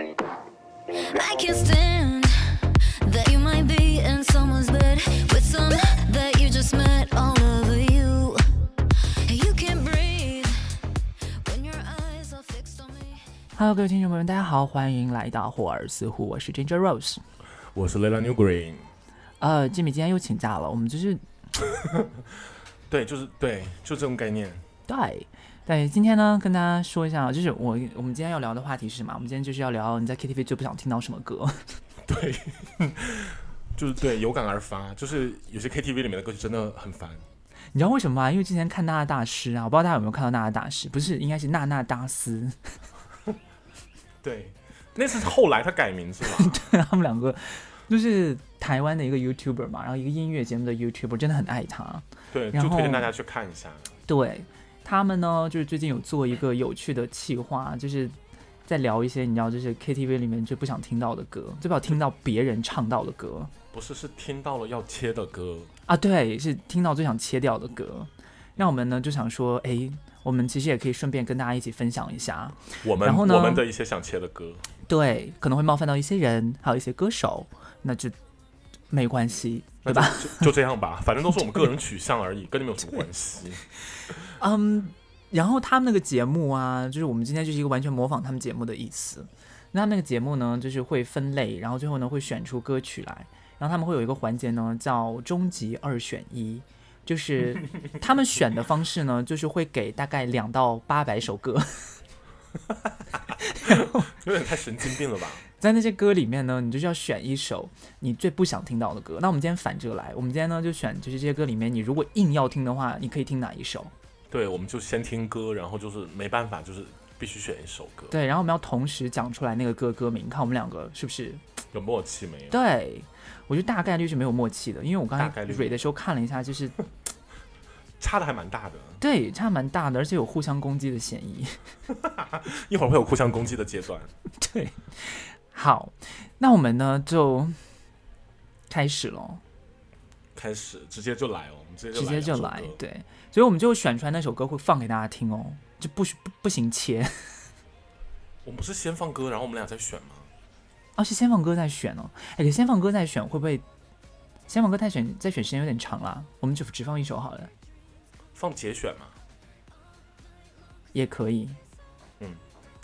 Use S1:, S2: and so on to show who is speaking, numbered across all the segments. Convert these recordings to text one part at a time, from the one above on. S1: I can't stand that you might be in someone's bed with some that you just met all over you. You can't breathe when your eyes are fixed on me.
S2: Hello，各位听众朋友们，大家好，欢迎来到霍尔斯湖，我是 Ginger Rose。
S3: 我是 Lela New Green。
S2: 呃，吉米今天又请假了，我们就是
S3: 对，就是对，就这种概念。
S2: 对。对，今天呢，跟大家说一下，啊就是我我们今天要聊的话题是什么？我们今天就是要聊你在 KTV 最不想听到什么歌。
S3: 对，就是对，有感而发。就是有些 KTV 里面的歌曲真的很烦。
S2: 你知道为什么吗？因为之前看娜娜大师啊，我不知道大家有没有看到娜娜大师，不是，应该是娜娜达斯，
S3: 对，那是后来他改名是吧？
S2: 他们两个就是台湾的一个 YouTuber 嘛，然后一个音乐节目的 YouTuber，真的很爱他。
S3: 对，
S2: 然
S3: 就推荐
S2: 后
S3: 大家去看一下。
S2: 对他们呢，就是最近有做一个有趣的企划，就是在聊一些你知道，就是 KTV 里面最不想听到的歌，最不想听到别人唱到的歌。
S3: 不是，是听到了要切的歌。
S2: 啊，对，是听到最想切掉的歌。那我们呢就想说，哎，我们其实也可以顺便跟大家一起分享一下，
S3: 我们
S2: 然后呢
S3: 我们的一些想切的歌，
S2: 对，可能会冒犯到一些人，还有一些歌手，那就没关系，
S3: 那
S2: 对
S3: 就
S2: 吧？
S3: 就就这样吧，反正都是我们个人取向而已，跟你们有什么关系？
S2: 嗯，然后他们那个节目啊，就是我们今天就是一个完全模仿他们节目的意思。那他们那个节目呢，就是会分类，然后最后呢会选出歌曲来，然后他们会有一个环节呢叫“终极二选一”， 就是他们选的方式呢，就是会给大概两到八百首歌，
S3: 有点太神经病了吧？
S2: 在那些歌里面呢，你就是要选一首你最不想听到的歌。那我们今天反着来，我们今天呢就选就是这些歌里面，你如果硬要听的话，你可以听哪一首？
S3: 对，我们就先听歌，然后就是没办法，就是必须选一首歌，
S2: 对，然后我们要同时讲出来那个歌歌名，看我们两个是不是
S3: 有默契没有？
S2: 对，我觉得大概率是没有默契的，因为我刚
S3: 大概
S2: 才
S3: 率
S2: 蕊的时候看了一下，就是
S3: 差的还蛮大的，
S2: 对差蛮大的，而且有互相攻击的嫌疑。
S3: 一会儿会有互相攻击的阶段。
S2: 对，好，那我们呢就开始喽，
S3: 开始直接就来哦，我们直接就
S2: 直接就来
S3: 两首歌。
S2: 对，所以我们就选出来那首歌会放给大家听哦，就不许不不行切，
S3: 我们不是先放歌，然后我们俩再选吗？
S2: 而且哦先放歌再选哦，哎，可先放歌再选会不会？先放歌再选再选时间有点长啦，我们就只放一首好了，
S3: 放节选吗？
S2: 也可以。
S3: 嗯，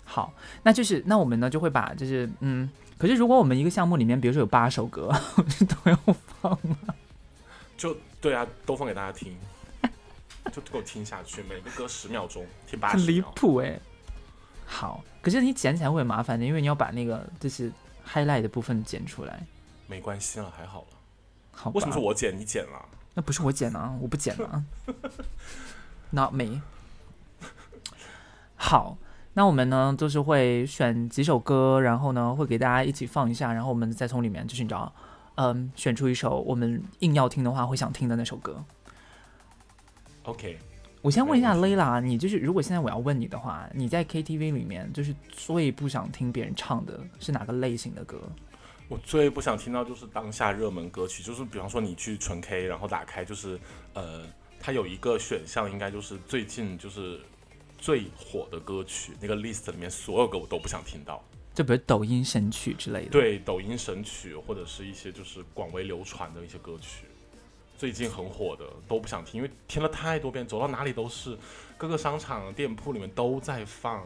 S2: 好，那就是那我们呢就会把就是嗯，可是如果我们一个项目里面，比如说有八首歌， 我们都要放，
S3: 就对啊，都放给大 家听，就给我听下去，每个歌十秒钟，听八
S2: 很
S3: 十
S2: 离
S3: 秒。
S2: 谱哎、好，可是你剪起来会很麻烦的，因为你要把那个就是 highlight 的部分剪出来。
S3: 没关系了，还好了。
S2: 好吧，
S3: 为什么是我剪你剪了？
S2: 那不是我剪的啊，我不剪的啊，not me。好，那我们呢就是会选几首歌，然后呢会给大家一起放一下，然后我们再从里面就是你知道，嗯，选出一首我们硬要听的话会想听的那首歌。
S3: ？OK，
S2: 我先问一下
S3: 没
S2: Layla，你啊就是如果现在我要问你的话，你在 KTV 里面就是最不想听别人唱的是哪个类型的歌？
S3: 我最不想听到就是当下热门歌曲，就是比方说你去纯 K，然后打开就是呃，它有一个选项，应该就是最近就是最火的歌曲，那个 list 里面所有歌我都不想听到。
S2: 就比如抖音神曲之类的。，
S3: 对抖音神曲或者是一些就是广为流传的一些歌曲，最近很火的都不想听，因为听了太多遍，走到哪里都是，各个商场店铺里面都在放。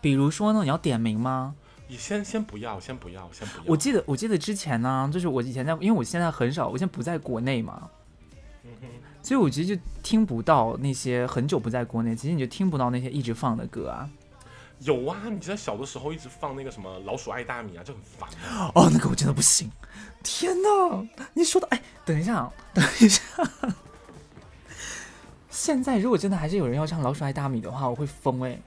S2: 比如说呢，你要点名吗？
S3: 你先先不要，先不要，先不要。
S2: 我记得我记得之前呢、就是我以前在，因为我现在很少，我现在不在国内嘛，所以我其实就听不到那些很久不在国内，其实你就听不到那些一直放的歌啊。
S3: 有啊，你在小的时候一直放那个什么老鼠爱大米啊，就很烦啊、
S2: 哦，那个我真的不行。天哪，你说的哎，等一下，等一下。现在如果真的还是有人要唱《老鼠爱大米》的话，我会疯哎、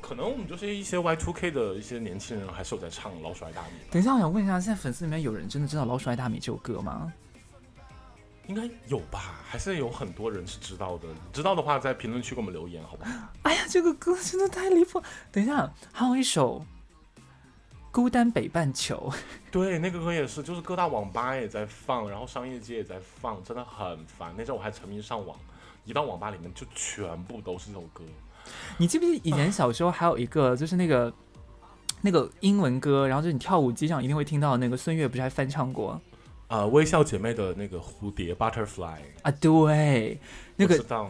S3: 可能我们就是一些 Y2K 的一些年轻人，还是有在唱老鼠爱大米吧，
S2: 等一下，我想问一下，现在粉丝里面有人真的知道《老鼠爱大米》这首歌吗？
S3: 应该有吧？还是有很多人是知道的。知道的话，在评论区给我们留言，好不好？
S2: 哎呀，这个歌真的太离谱！等一下，还有一首《孤单北半球》。
S3: 对，那个歌也是，就是各大网吧也在放，然后商业街也在放，真的很烦。那阵我还沉迷上网，一到网吧里面就全部都是这首歌。
S2: 你记不记得以前小时候还有一个，就是那个那个英文歌，然后就是你跳舞机上一定会听到的那个孙悦，不是还翻唱过
S3: 呃，微笑姐妹的那个蝴蝶 butterfly，
S2: 啊？对，那
S3: 我
S2: 个
S3: 知道。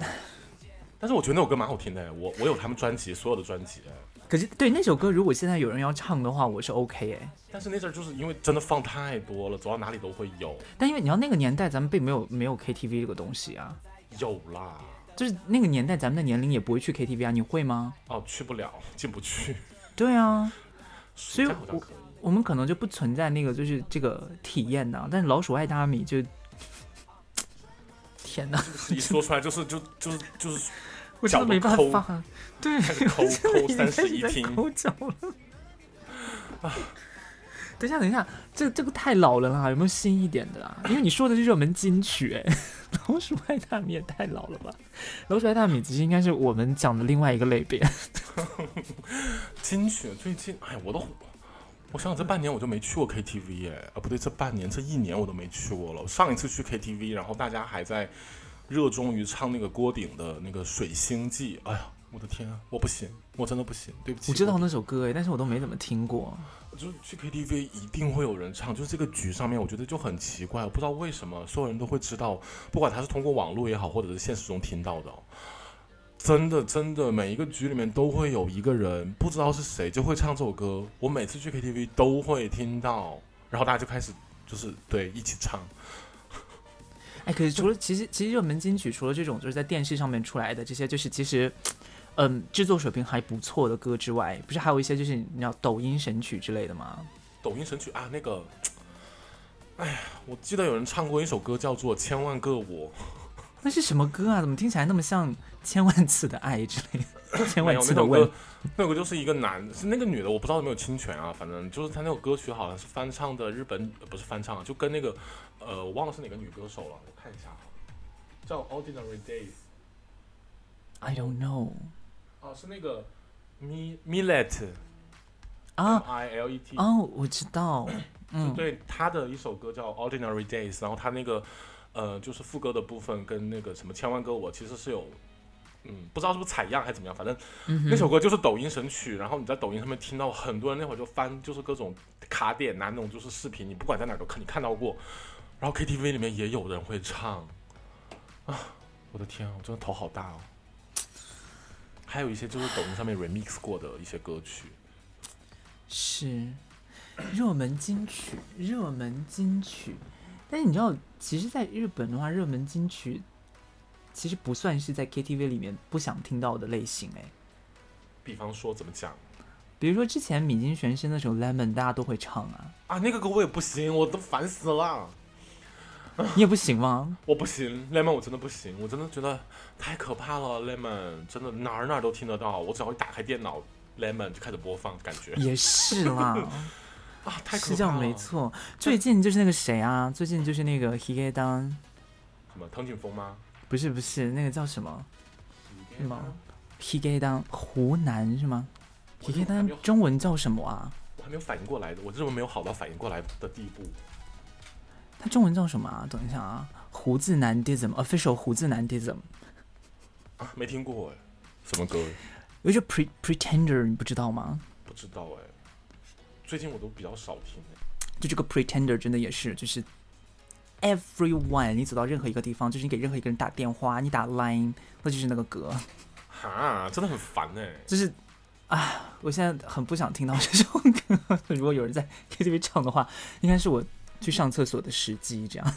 S3: 但是我觉得那首歌蛮好听的，我我有他们专辑所有的专辑。
S2: 可是对那首歌，如果现在有人要唱的话，我是 OK 哎。
S3: 但是那阵儿就是因为真的放太多了，走到哪里都会有，
S2: 但因为你知道那个年代，咱们并没有没有 KTV 这个东西啊，
S3: 有啦。
S2: 就是那个年代咱们的年龄也不会去 KTV 啊，你会吗？
S3: 哦，去不了，进不去。
S2: 对啊，
S3: 所
S2: 以
S3: 好像
S2: 我
S3: 可以。
S2: 我们可能就不存在那个就是这个体验呢、但是老鼠爱大米就， 天 哪，
S3: 一说出来就是就就是就是
S2: 我真的没办法，对，
S3: 始抠
S2: 我真的已经开始
S3: 抠31
S2: 在
S3: 听
S2: 抠脚了。
S3: 啊
S2: 等一下，等一下，这这个太老了啦，有没有新一点的啊？因为你说的是热门金曲，哎， 老鼠爱大米也太老了吧？老鼠爱大米其实应该是我们讲的另外一个类别。
S3: 金曲最近，哎，我都我想想，这半年我就没去过 KTV 哎，啊不对，这半年这一年我都没去过了。我上一次去 KTV，然后大家还在热衷于唱那个郭顶的那个《水星记》，哎呀，我的天啊，我不行，我真的不行，对不起。
S2: 我知道那首歌哎，但是我都没怎么听过。
S3: 就是去 KTV 一定会有人唱，就是这个局上面，我觉得就很奇怪，我不知道为什么所有人都会知道，不管他是通过网络也好，或者是现实中听到的哦、真的真的每一个局里面都会有一个人，不知道是谁就会唱这首歌，我每次去 KTV 都会听到，然后大家就开始就是对一起唱，
S2: 哎，可是除了其实其实热门金曲，除了这种就是在电视上面出来的这些，就是其实，嗯，制作水平还不错的歌之外，不是还有一些就是你知道抖音神曲之类的吗？
S3: 抖音神曲啊那个。哎呀，我记得有人唱过一首歌叫做《千万个我
S2: 那是什么歌啊？怎么听起来那么像《千万次的爱》之类的？》，千
S3: 没
S2: 万
S3: 有
S2: 次
S3: 那
S2: 的
S3: 首
S2: 问
S3: 歌，那首歌就是一个男，是那个女的，我不知道有没有侵权啊，反正就是她那首歌曲好像是翻唱的日本，呃不是翻唱啊，就跟那个，呃，我忘了是哪个女歌手了，我看一下啊，叫 Ordinary Days，
S2: I don't know
S3: 啊，是那个 Mi Millet
S2: 啊
S3: M I L E T，、
S2: 哦，我知道，
S3: 就
S2: 嗯，
S3: 对她的一首歌叫 Ordinary Days，然后她那个，呃，就是副歌的部分跟那个什么千万个我其实是有，嗯，不知道是不是采样还是怎么样，反正
S2: 嗯哼
S3: 那首歌就是抖音神曲，然后你在抖音上面听到很多人那会儿就翻，就是各种卡点呐、那种就是视频，你不管在哪儿都看，你看到过。然后 KTV 里面也有人会唱，啊，我的天啊，我真的头好大哦。还有一些就是抖音上面 remix 过的一些歌曲，
S2: 是热门金曲，热门金曲。但是你知道，其实在日本的话，热门金曲其实不算是在 KTV 里面不想听到的类型哎。
S3: 比方说怎么讲
S2: 比如说之前米津玄师那首《Lemon》，大家都会唱啊，
S3: 啊，那个歌我也不行，我都烦死了，
S2: 你也不行吗？
S3: 我不行，Lemon 我真的不行，我真的觉得太可怕了，Lemon 真的哪儿哪儿都听得到，我只要一打开电脑，Lemon 就开始播放，感觉
S2: 也是啦。
S3: 啊 太可
S2: 嗯是
S3: 怕了，
S2: 这样没错。最近就是那个谁啊，最近就是那个 Hige d a n
S3: 什么藤井风吗？
S2: 不是不是，那个叫什么？什么 Hige d a n 湖南是吗
S3: 我
S2: ？Hige d a
S3: 还没
S2: n
S3: 有
S2: 中文叫什么啊？
S3: 我还没有反应过来的，我日文没有好到反应过来的地步。
S2: 他中文叫什么啊？等一下啊，胡子男 dism，official 胡子男 dism，
S3: 啊，没听过哎，什么歌？
S2: 有一首 pre pretender 你不知道吗？
S3: 不知道哎。最近我都比较少听哎。
S2: 就这个 pretender 真的也是，就是 everyone，你走到任何一个地方，就是你给任何一个人打电话，你打 line，那就是那个歌，
S3: 哈，真的很烦哎。
S2: 就是啊，我现在很不想听到这首歌。 如果有人在 KTV 唱的话，应该是我去上厕所的时机。这样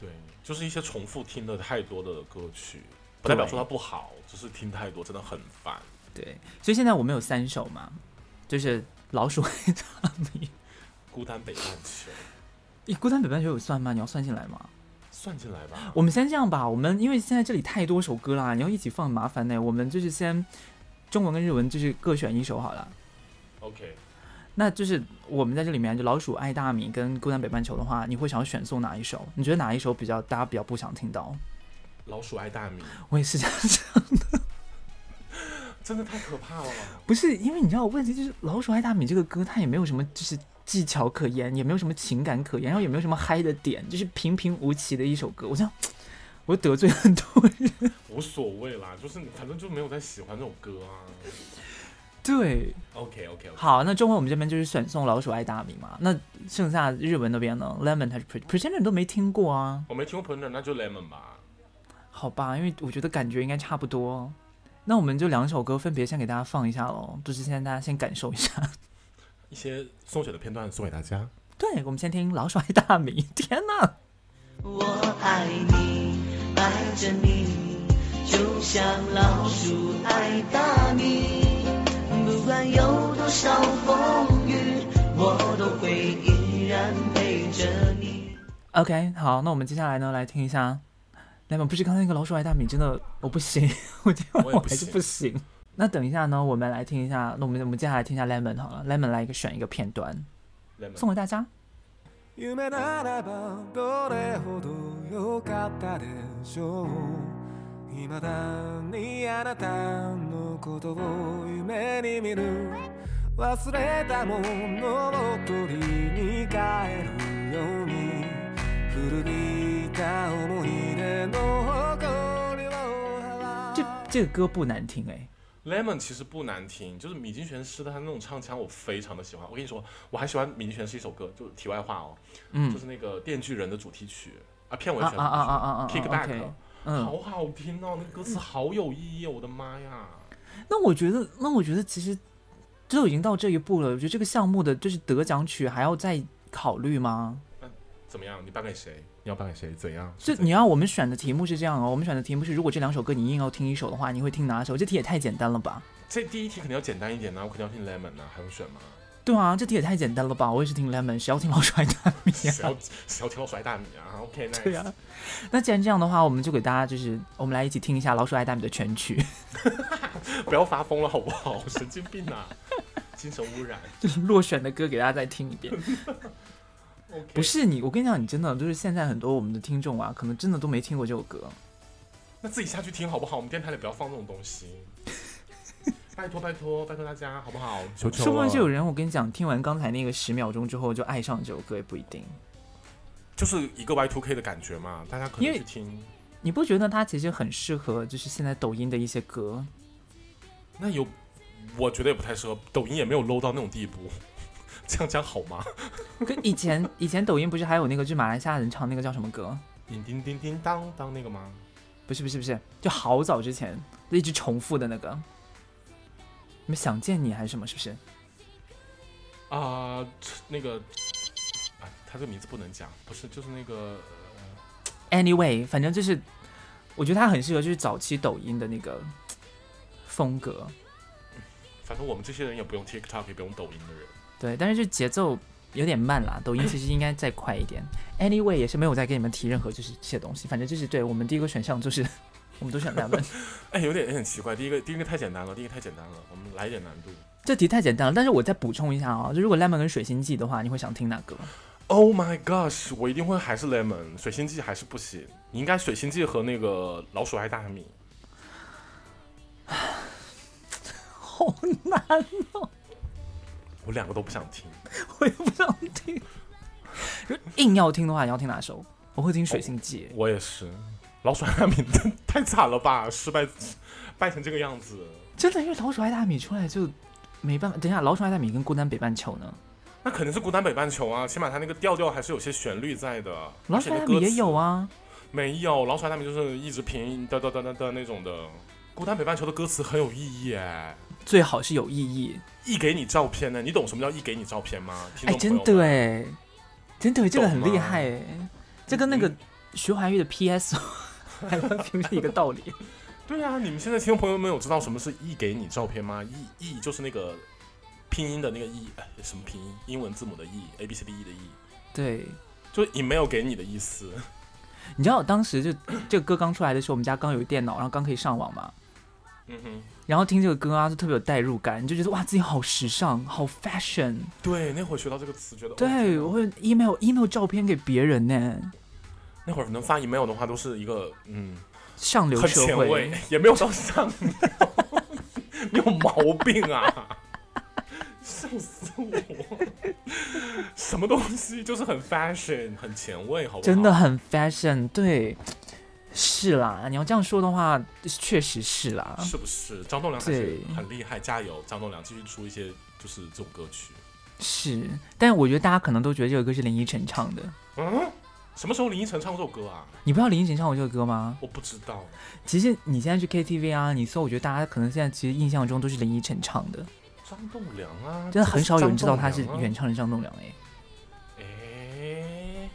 S3: 对，就是一些重复听的太多的歌曲，不代表说它不好，只是听太多真的很烦。
S2: 对，所以现在我们有三首嘛，就是老鼠爱大米。
S3: 孤单北半球
S2: 咦，孤单北半球有算吗？你要算进来吗？
S3: 算进来吧。
S2: 我们先这样吧，我们因为现在这里太多首歌啦，你要一起放很麻烦呢。我们就是先中文跟日文就是各选一首好了。
S3: OK，
S2: 那就是我们在这里面，就老鼠爱大米跟孤单北半球的话，你会想要选送哪一首？你觉得哪一首比较大家比较不想听到？
S3: 老鼠爱大米，
S2: 我也是这样想，
S3: 真的太可怕了。
S2: 不是因为你知道问题就是老鼠爱大米这个歌，它也没有什么就是技巧可言，也没有什么情感可言，然后也没有什么嗨的点，就是平平无奇的一首歌。我这样，我得罪很多人。
S3: 无所谓啦，就是你反正就没有在喜欢这种歌啊。
S2: 对，
S3: OK OK OK，
S2: 好，那中文我们这边就是选送《老鼠爱大米》嘛。那剩下日文那边呢？Lemon 还是 Pre- Pretender 你都没听过啊？
S3: 我没听过 Pretender，那就 Lemon 吧。
S2: 好吧，因为我觉得感觉应该差不多。那我们就两首歌分别先给大家放一下喽，就是先大家先感受一下。
S3: 一些送雪的片段送给大家。
S2: 对，我们先听《老鼠爱大米》。天呐，
S4: 我爱你，爱着你，就像老鼠爱大米。不管有多少风雨，我都会依然陪着你。
S2: OK，好，那我们接下来呢来听一下 Lemon。不是刚才那个《老鼠爱大米》真的我不行， 我今晚
S3: 我也
S2: 我
S3: 不
S2: 还是
S3: 行
S2: 不行。那等一下呢，我们来听一下，那我们我们接下来听一下 Lemon 好了，Lemon 来一个选一个片段
S3: Lemon
S2: 送给大家。
S5: 夢ならばどれほど良かったでしょう未だにあなたのことを夢に見る忘れたものを取りに帰るように古びた思い出の誇りを払
S2: 这
S5: う
S2: 这个歌不难听哎、
S3: Lemon 其实不难听，就是米津玄师的他那种唱腔，我非常的喜欢。我跟你说，我还喜欢米津玄师一首歌，就是题外话哦，
S2: 嗯
S3: 就是那个《电锯人》的主题曲啊，片尾
S2: 啊
S3: 曲
S2: 啊啊啊啊啊
S3: k i c k b a c
S2: OK
S3: k
S2: 嗯，
S3: 好好听哦，那歌词好有意义哦，我的妈呀！
S2: 那我觉得，那我觉得其实都已经到这一步了，我觉得这个项目的就是得奖曲还要再考虑吗？
S3: 怎么样？你颁给谁？你要颁给谁？怎样？
S2: 就是
S3: 怎
S2: 你要我们选的题目是这样哦，我们选的题目是，如果这两首歌你硬要听一首的话，你会听哪首？这题也太简单了吧？
S3: 这第一题肯定要简单一点呐、我肯定要听 Lemon 啊呐、还 用选吗？
S2: 对啊，这题也太简单了吧？我也是听 Lemon，谁要听老鼠爱大米
S3: 谁
S2: 啊？
S3: 要谁要听到甩大米啊？OK，那、
S2: 对啊，那既然这样的话，我们就给大家就是我们来一起听一下《老鼠爱大米》的全曲，
S3: 不要发疯了好不好？ 神经病啊！精神污染。
S2: 就是落选的歌给大家再听一 遍。
S3: OK，
S2: 不是你，我跟你讲，你真的就是现在很多我们的听众啊，可能真的都没听过这首歌。
S3: 那自己下去听好不好？我们电台里不要放这种东 西，拜托拜托拜托大家好不哦好？求求
S2: 说不定就有
S3: 了
S2: 人，我跟你讲，听完刚才那个十秒钟之后就爱上这首歌也不一定。
S3: 就是一个 Y two K 的感觉嘛，大家可
S2: 因
S3: 能
S2: 为
S3: 去听。
S2: 你不觉得它其实很适合就是现在抖音的一些歌？
S3: 那有，我觉得也不太适合，抖音也没有 low 到那种地步， 这样讲好吗？
S2: 跟以前以前抖音不是还有那个就是马来西亚人唱那个叫什么歌？
S3: 叮叮叮叮当当那个吗？
S2: 不是不是不是，就好早之前就一直重复的那个。你们想见你还是什么？是不是？
S3: 啊、那个，啊，他这个名字不能讲，不是，就是那个，呃
S2: Anyway，反正就是，我觉得它很适合就是早期抖音的那个风格，
S3: 反正我们这些人也不用 TikTok，也不用抖音的人。
S2: 对，但是就节奏有点慢啦，抖音其实应该再快一点。Anyway，也是没有再给你们提任何就是这些东西，反正就是对我们第一个选项就是我们都选 lemon，
S3: 哎，有点有点奇怪，第一个第一个太简单了，第一个太简单了，我们来一点难度。
S2: 这题太简单了。但是我再补充一下啊、就如果 lemon 跟水星记的话，你会想听哪个？
S3: Oh my gosh！我一定会还是 Lemon，水星记还是不行。你应该水星记和那个老鼠爱大米。
S2: 好难，哦
S3: 我两个都不想听。
S2: 我也不想 听。如果硬要听的话，你要听哪首？我会听水星记。
S3: 我也是，老鼠爱大米 真太惨了吧，失败败成这个样子。
S2: 真的，因为老鼠爱大米出来就没办法。等一下，老鼠爱大米跟孤单北半球呢？
S3: 那肯定是孤单北半球啊，起码它那个调调还是有些旋律在的。啊
S2: 老
S3: 而且
S2: 鼠爱
S3: 那
S2: 大
S3: 歌
S2: 米也
S3: 词
S2: 有。啊。
S3: 没有，老鼠爱大米就是一直平哒哒哒哒哒那种的。孤单北半球的歌词很有意义哎，
S2: 最好是有意义。
S3: 一给你照片呢，你懂什么叫一给你照片吗？听
S2: 哎，
S3: 众朋
S2: 真
S3: 友
S2: 的
S3: 们
S2: 哎，真的这个
S3: 懂
S2: 很
S3: 吗
S2: 厉害哎，这跟那个
S3: 嗯
S2: 徐怀钰的 PS 还 love you 是一个道理。
S3: 对呀、你们现在听众朋友们有知道什么是“一给你照片”吗？“一一”就是那个拼音的那个“一”，哎，什么拼音？英文字母的 “e”，a b c d e 的 “e”，
S2: 对，
S3: 就是 email 给你的意思。
S2: 你知道我当时就 这个歌刚出来的时候，我们家刚有电脑，然后刚可以上网嘛，
S3: 嗯哼，
S2: 然后听这个歌啊，就特别有代入感，你就觉得哇自己好时尚，好 fashion。
S3: 对，那会儿学到这个词，觉得哦天
S2: 对，
S3: 哪
S2: 我会 email email 照片给别人呢，
S3: 那会儿能发 email 的话，都是一个嗯，
S2: 上流
S3: 很
S2: 社
S3: 前卫
S2: 会。，
S3: 也没有到上流。你有毛病啊！笑死我！什么东西就是很 fashion，很前卫，好不好？
S2: 真的很 fashion，对，是啦，你要这样说的话，确实是啦。
S3: 是不是？张栋梁还是
S2: 对
S3: 很厉害，加油！张栋梁继续出一些就是这种歌曲。
S2: 是，但我觉得大家可能都觉得这首歌是林依晨唱的。
S3: 嗯，什么时候林依晨唱这首歌啊？
S2: 你不知道林依晨唱过这首歌吗？
S3: 我不知道。
S2: 其实你现在去 KTV 啊，你搜，我觉得大家可能现在其实印象中都是林依晨唱的，
S3: 张栋梁啊，
S2: 真的很少有人知道
S3: 这
S2: 她
S3: 是
S2: 是
S3: 张栋
S2: 原
S3: 梁啊。
S2: 唱人张栋梁哎。
S3: 哎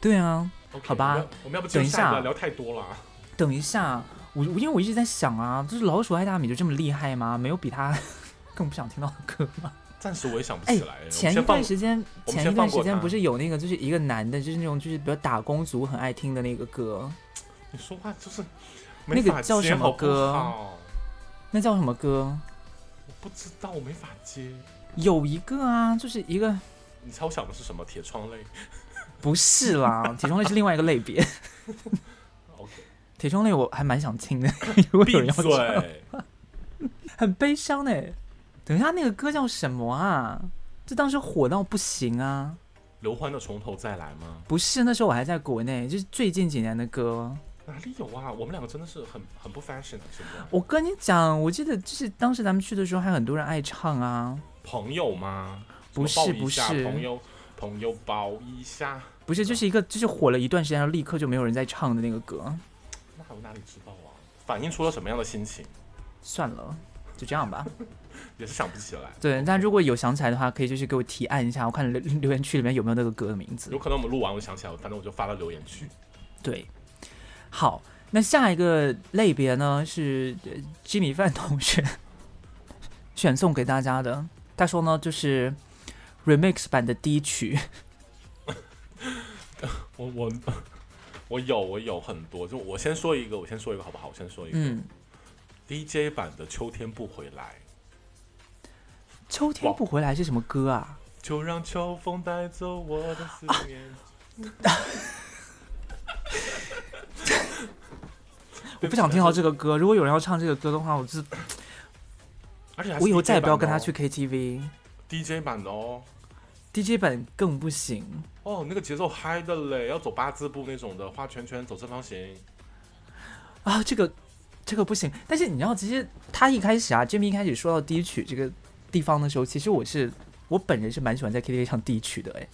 S2: 对啊，
S3: ，OK，
S2: 好吧
S3: 我们要，我们要
S2: 等
S3: 不
S2: 一
S3: 进入一
S2: 下
S3: 个聊太多了。啊
S2: 等一下，我我因为我一直在想啊，就是老鼠爱大米就这么厉害吗？没有比他 更不想听到的歌吗？
S3: 暂时我也想不
S2: 哎
S3: 起来。我们
S2: 前一
S3: 先放
S2: 段时间，
S3: 我们
S2: 前
S3: 先
S2: 一段
S3: 放
S2: 时
S3: 过
S2: 间
S3: 他
S2: 不是有那个，就是一个男的，就是那种就是比如打工族很爱听的那个歌，
S3: 你说话就是
S2: 那
S3: 没
S2: 个
S3: 法
S2: 叫
S3: 接
S2: 什么
S3: 好不
S2: 歌
S3: 好
S2: 那叫什么歌？
S3: 我不知道，我没法接。
S2: 有一个啊，就是一个
S3: 你猜我想的是什么？铁窗泪。
S2: 不是啦，铁窗泪是另外一个类 别。
S3: OK，
S2: 铁窗泪我还蛮想听的， 如果有
S3: 闭
S2: 人要唱，
S3: 嘴。
S2: 很悲伤呢。等一下，那个歌叫什么啊？这当时火到不行啊！
S3: 刘欢的《从头再来》吗？
S2: 不是，那时候我还在国内，就是最近几年的歌。
S3: 哪里有啊？我们两个真的是很很不 fashion 啊，现在。
S2: 我跟你讲，我记得就是当时咱们去的时候，还很多人爱唱啊。
S3: 朋友吗？
S2: 不是
S3: 什么抱一下
S2: 不是
S3: 朋友，朋友抱一下。
S2: 不是，就是一个就是火了一段时间，然后立刻就没有人在唱的那个歌。
S3: 那我哪里知道啊？反映出了什么样的心情？
S2: 算了，就这样吧。
S3: 也是想不起来。
S2: 对，但如果有想起来的话，可以就是给我提案一下，我看留留言区里面有没有那个歌的名字
S3: 有。可能我们录完我想起来，反正我就发到留言区。
S2: 对，好，那下一个类别呢是呃鸡米饭同学选送给大家的。他说呢，就是 remix 版的第一曲，
S3: 我
S2: 嗯
S3: 我我有我有很多，就我先说一个，我先说一个好不好？我先说一个、
S2: 嗯，
S3: DJ 版的《秋天不回来》，
S2: 秋天不回来是什么歌啊？
S3: 就让秋风带走我的思念。
S2: 我不想听到这个歌。如果有人要唱这个歌的话，我是
S3: 而且还是
S2: 我以后
S3: DJ
S2: 再也不要跟他
S3: 版
S2: 去
S3: 的哦
S2: KTV。
S3: DJ 版的哦。
S2: DJ 本更不行，
S3: 哦，那个节奏嗨的嘞，要走八字步那种的，画圈圈，走正方形。
S2: 啊，这个这个不行。但是你知道，其实他一开始啊，Jimmy 一开始说到第一曲这个地方的时候，其实我是我本人是蛮喜欢在 KTV 唱第一曲的，哎，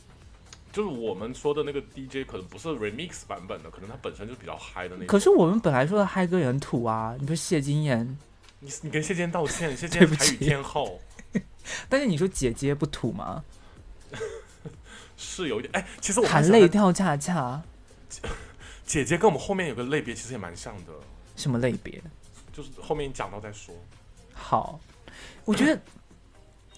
S3: 就是我们说的那个 DJ 可能不是 remix 版本的，可能它本身就比较嗨的那种。
S2: 可是我们本来说的嗨歌也很土啊，你不是谢金燕，
S3: 你你跟谢剑道歉，谢剑
S2: 对不
S3: 台语
S2: 起
S3: 天后
S2: 但是你说姐姐不土吗？
S3: 是有一点哎，其实我
S2: 含
S3: 想
S2: 泪跳恰恰
S3: 姐姐跟我们后面有个类别其实也蛮像的，
S2: 什么类别？
S3: 就是后面讲到再说。
S2: 好，我觉 得，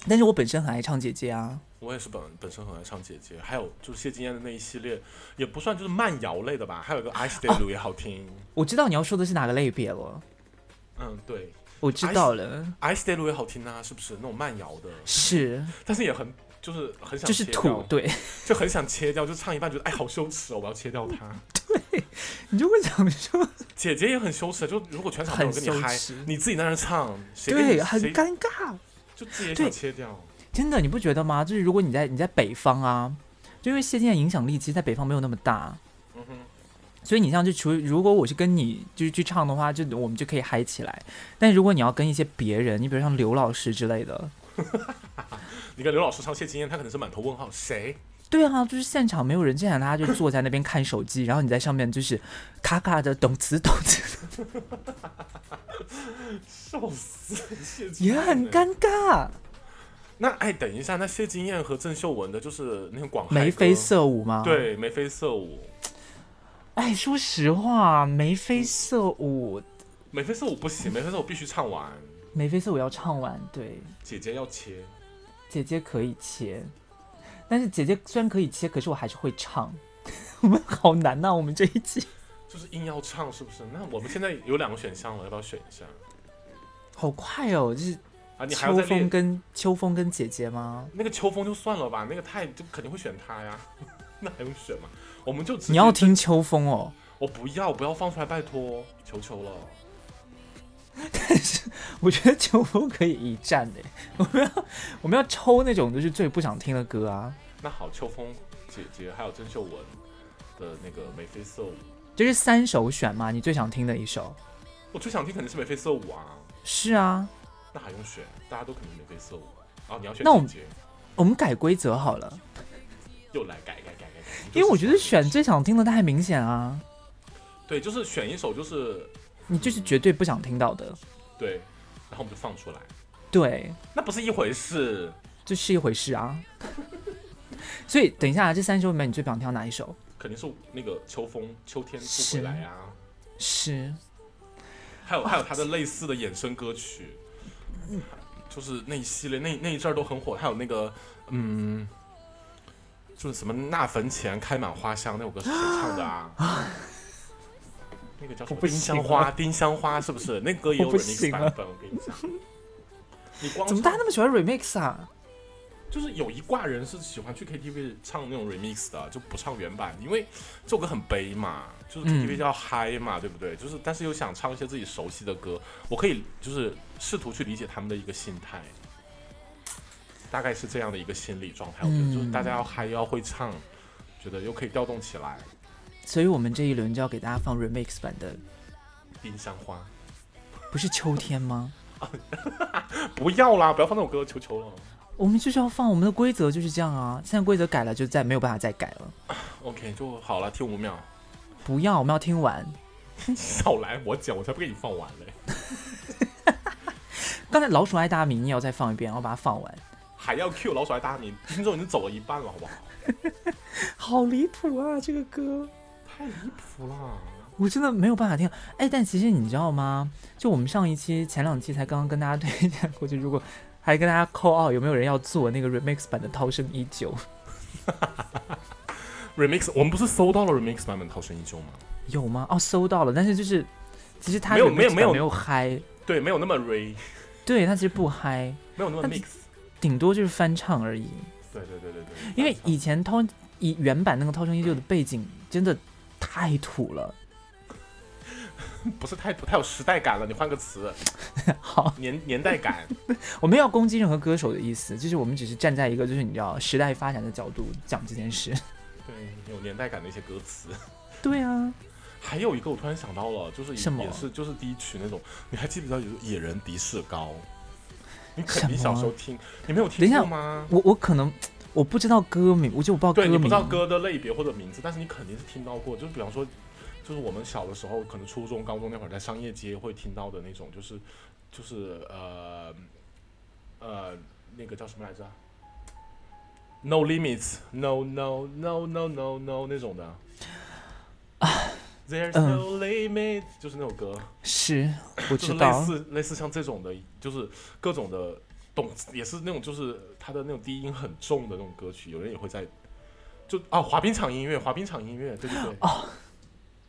S2: 但是我本身很爱唱姐姐啊，
S3: 我也是本本身很爱唱姐姐，还有就是谢金燕的那一系列，也不算就是慢摇类的吧，还有一个 I Stay Blue 也好听。
S2: 我知道你要说的是哪个类别了，
S3: 嗯，对
S2: 我知道了，
S3: ，I Stay Blue 也好听啊，是不是那种慢摇的？
S2: 是
S3: 但是也很就是很想
S2: 就是
S3: 切
S2: 土
S3: 掉，
S2: 对，
S3: 就很想切掉，就唱一半觉得哎好羞耻哦，我要切掉它。
S2: 你就会想说。
S3: 姐姐也很羞耻，就如果全场没有人跟你
S2: 很羞
S3: 嗨
S2: 耻，
S3: 你自己在那儿唱，谁跟你
S2: 对，很
S3: 谁
S2: 尴尬。
S3: 就自己也
S2: 对
S3: 想切掉。
S2: 真的，你不觉得吗？就是如果你在你在北方啊，就因为谢金燕影响力其实在北方没有那么大，
S3: 嗯哼，
S2: 所以你像就除如果我是跟你就是去唱的话，就我们就可以嗨起来。但如果你要跟一些别人，你比如像刘老师之类的，
S3: 你跟刘老师唱谢金燕，他可能是满头问号，谁？
S2: 对啊，就是现场没有人，现场大家就坐在那边看手机， 然后你在上面就是卡卡的懂词懂词，
S3: 笑死，谢金燕
S2: 也很
S3: 欸。
S2: 尴尬，
S3: 那哎，等一下，那谢金燕和郑秀文的就是那个广
S2: 眉飞色舞吗？
S3: 舞，，对，眉飞色舞，
S2: 哎，说实话，眉飞色舞，
S3: 眉飞色舞不行，眉飞色舞必须唱完，
S2: 眉飞色舞要唱完，对。
S3: 姐姐要切。
S2: 姐姐可以切，但是姐姐虽然可以切，可是我还是会唱。 我们好难呐、我们这一期
S3: 就是硬要唱，是不是？那我们现在有两个选项了，要不要选一下？
S2: 好快哦，就是
S3: 啊，你还要
S2: 秋
S3: 再
S2: 风
S3: 列
S2: 跟秋风跟姐姐吗？
S3: 那个秋风就算了吧，那个太就肯定会选他呀， 那还用选吗？我们就直接
S2: 你要听秋风哦，
S3: 我不要，不要放出来，拜托，求求了。
S2: 我觉得秋风可以一战的。我们要我们要抽那种就是最不想听的歌啊。
S3: 那好，秋风姐姐还有郑秀文的那个眉飞色舞，
S2: 就是三首选嘛，你最想听的一首。
S3: 我最想听肯定是眉飞色舞啊，
S2: 是啊，
S3: 那还用选？大家都肯定眉飞色舞。啊，你要选
S2: 那我
S3: 姐
S2: 们
S3: 姐，
S2: 我们改规则好了，
S3: 又来改改改改改。
S2: 因为我觉得
S3: 就是
S2: 选最想听的太明显啊，
S3: 对，就是选一首就是
S2: 你就是绝对不想听到的。
S3: 对，然后我们就放出来，
S2: 对，
S3: 那不是一回事。
S2: 这是一回事啊。 所以等一下，这三首里面你最不想挑哪一首？
S3: 肯定是那个秋风秋天不回来啊，
S2: 是
S3: 还有还有他的类似的衍生歌曲，就是那一系列那那一阵儿都很火，还有那个嗯，就是什么那坟前开满花香那首歌是谁唱的啊？那个叫什
S2: 我
S3: 么
S2: 不
S3: 丁
S2: 行啊
S3: 香
S2: 了
S3: 花？丁香花是不是？那歌也
S2: 我
S3: 有
S2: 不行
S3: remix
S2: 了
S3: 版本，我跟你讲。你光
S2: 怎么大家那么喜欢 remix 啊？
S3: 就是有一挂人是喜欢去 KTV 唱那种 remix 的，就不唱原版，因为这首歌很悲嘛，就是
S2: 嗯
S3: KTV 要嗨嘛，对不对？就是但是又想唱一些自己熟悉的歌，我可以就是试图去理解他们的一个心态，大概是这样的一个心理状态。我觉得就是大家要嗨，又要会唱，觉得又可以调动起来。
S2: 所以我们这一轮就要给大家放 remix 版的，
S3: 丁香花，
S2: 不是秋天吗？
S3: 不要啦，不要放那首歌，求求了。
S2: 我们就是要放，我们的规则就是这样啊。现在规则改了，就再没有办法再改了。
S3: OK，就好了，听五秒，
S2: 不要，我们要听完。
S3: 少来我讲，我才不给你放完嘞。
S2: 刚才老鼠爱大米，你也要再放一遍，然后把它放完。
S3: 还要 Q 老鼠爱大米，听众已经走了一半了，好不好？
S2: 好离谱啊，这个歌。
S3: 太离谱了！
S2: 我真的没有办法听。哎，但其实你知道吗？就我们上一期、前两期才刚刚跟大家推荐过去，如果还跟大家扣二，有没有人要做那个 remix 版的《涛声依旧》？
S3: remix，我们不是搜到了 remix 版本《涛声依旧》吗？
S2: 有吗？哦，搜到了，但是就是其实它
S3: 没有
S2: remix
S3: 没有
S2: 版
S3: 没有
S2: 没有嗨，
S3: 对，没有那么 re，
S2: 对，它其实不嗨，
S3: 没有那么
S2: 那
S3: mix。
S2: 顶多就是翻唱而已。
S3: 对对对对对，
S2: 因为
S3: 以
S2: 以前涛以原版那个《涛声依旧》的背景真的太土了。
S3: 不是太太有时代感了，你换个词，
S2: 好，
S3: 年年代感。
S2: 我没有攻击任何歌手的意思，就是我们只是站在一个就是你知道时代发展的角度讲这件事。
S3: 对，有年代感的一些歌词。
S2: 对啊，
S3: 还有一个我突然想到了，就是
S2: 什么
S3: 也是就是第一曲那种，你还记不记得有《野人迪士高》？你
S2: 什
S3: 肯
S2: 么
S3: 定小时候听，你没有
S2: 等
S3: 听
S2: 一下
S3: 过吗？
S2: 我我可能我不知道歌名，我就我不知道歌
S3: 对
S2: 名，
S3: 你不知道歌的类别或者名字，但是你肯定是听到过。就是比方说，就是我们小的时候，可能初中、高中那会儿，在商业街会听到的那种，就是就是呃呃那个叫什么来着？No limits，no no no no no no 那种的。There's
S2: 啊嗯
S3: no limit，、就是那首歌，
S2: 是，我
S3: 就
S2: 知
S3: 是类
S2: 道，
S3: 似类似像这种的，就是各种的动，也是那种就是它的那种低音很重的那种歌曲，有人也会在就啊滑冰场音乐，滑冰场音乐，对对对，
S2: 哦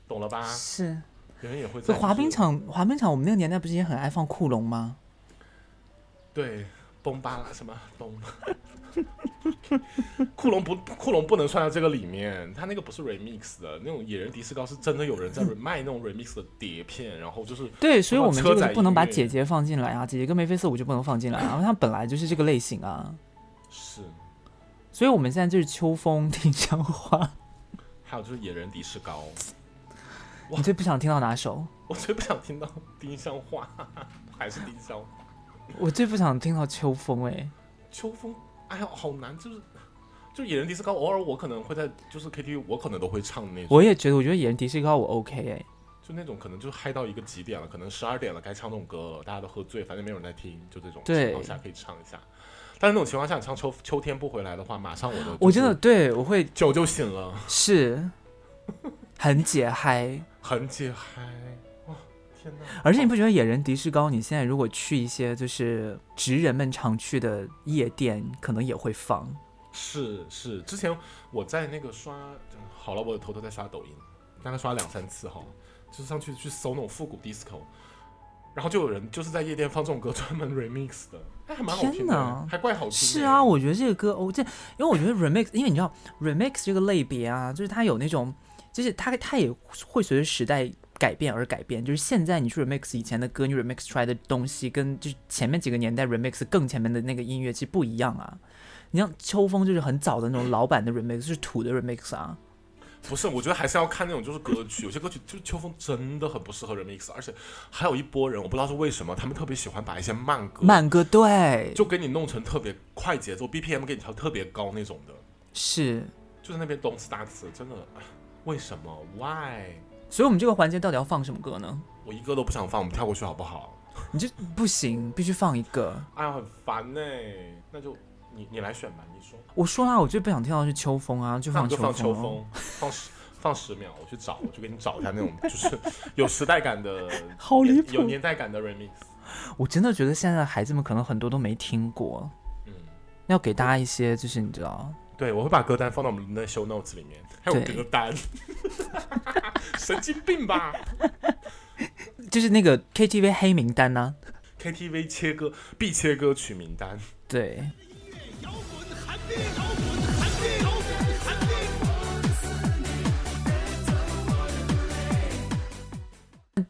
S3: 懂了吧？
S2: 是。
S3: 有人也会在
S2: 所以滑
S3: 就是
S2: 冰场，滑冰场，我们那个年代不是也很爱放库龙吗？
S3: 对崩巴拉什么崩。 库龙不，库龙不能算到这个里面，他那个不是 remix 的，那种野人迪士高是真的有 人在 re- 卖那种 remix 的碟片，然后就是
S2: 对，所以
S3: 什么
S2: 我们
S3: 哦车
S2: 这个
S3: 载
S2: 就不能
S3: 音
S2: 把
S3: 乐
S2: 姐姐放进来啊，姐姐跟眉飞色舞就不能放进来啊，它本来就是这个类型啊。
S3: 是，
S2: 所以我们现在就是秋风 听香花，
S3: 还有就是野人迪士高，哇
S2: 你最不想听到哪首？
S3: 我最不想听到丁香花， 还是丁香花。
S2: 我最不想听到秋风哎、
S3: 秋风，哎呀，好难，就是就野人迪斯高，偶尔我可能会在就是 KTV，我可能都会唱的那种，
S2: 我也觉得，我觉得野人迪士高我 OK 哎、
S3: 就那种可能就嗨到一个极点了，可能十二点了该唱那种歌了，大家都喝醉，反正没有人在听，就这种
S2: 对
S3: 情况下可以唱一下。但是那种情况下，你唱秋秋天不回来的话，马上我的就是、
S2: 我真的对我会
S3: 酒就醒了，
S2: 是很解嗨。
S3: 很解嗨。哇天哪！
S2: 而且你不觉得野人迪士高，你现在如果去一些就是职人们常去的夜店，可能也会放。
S3: 是是，之前我在那个刷，嗯好了，我偷偷在刷抖音，大概刷两三次哈，就是上去去搜那种复古 disco，然后就有人就是在夜店放这种歌，专门 remix 的，哎，还蛮好
S2: 天
S3: 听的
S2: 哪，
S3: 还怪好听的。
S2: 是啊，我觉得这个歌，我、这因为我觉得 remix，因为你知道 remix 这个类别啊，就是它有那种，就是它它也会随着时代改变而改变。就是现在你去 remix 以前的歌，你 remix 出来的东西跟就是前面几个年代 remix 更前面的那个音乐其实不一样啊。你像秋风就是很早的那种老版的 remix，就是土的 remix 啊，
S3: 不是，我觉得还是要看那种就是歌曲，有些歌曲就是秋风真的很不适合 remix，而且还有一波人，我不知道是为什么，他们特别喜欢把一些慢歌，
S2: 慢歌对，
S3: 就给你弄成特别快节奏，BPM 给你调特别高那种的，
S2: 是。
S3: 就是那边动次打次，真的，哎为什么？Why？
S2: 所以我们这个环节到底要放什么歌呢？
S3: 我一个都不想放，我们跳过去好不好？
S2: 你就不行，必须放一个。
S3: 哎呀，很烦呢、那就你你来选吧，你说。
S2: 我说啦，我最不想听到的是秋风啊，就
S3: 那我
S2: 放
S3: 就
S2: 秋
S3: 放秋
S2: 啊。
S3: 风，放十放十秒，我去找，我去给你找一下那 种就是有时代感的，
S2: 好离谱
S3: 有年代感的 remix。
S2: 我真的觉得现在的孩子们可能很多都没听过，
S3: 嗯，
S2: 要给大家一些就是你知道，
S3: 对，我会把歌单放到我们的 show notes 里面，还有
S2: 对
S3: 歌单， 神经病吧
S2: 就是那个 KTV 黑名单啊呐、
S3: ？KTV 切歌必切歌曲名单，
S2: 对，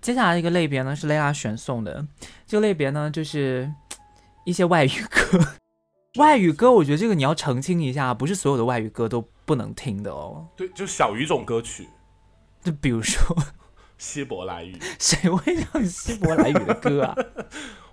S2: 接下来一个类别呢是蕾拉选送的，这个类别呢就是一些外语歌。 外语歌，我觉得这个你要澄清一下，不是所有的外语歌都不能听的哦。
S3: 对，就小语种歌曲，
S2: 就比如说，
S3: 希伯来语，
S2: 谁会唱希伯来语的歌啊？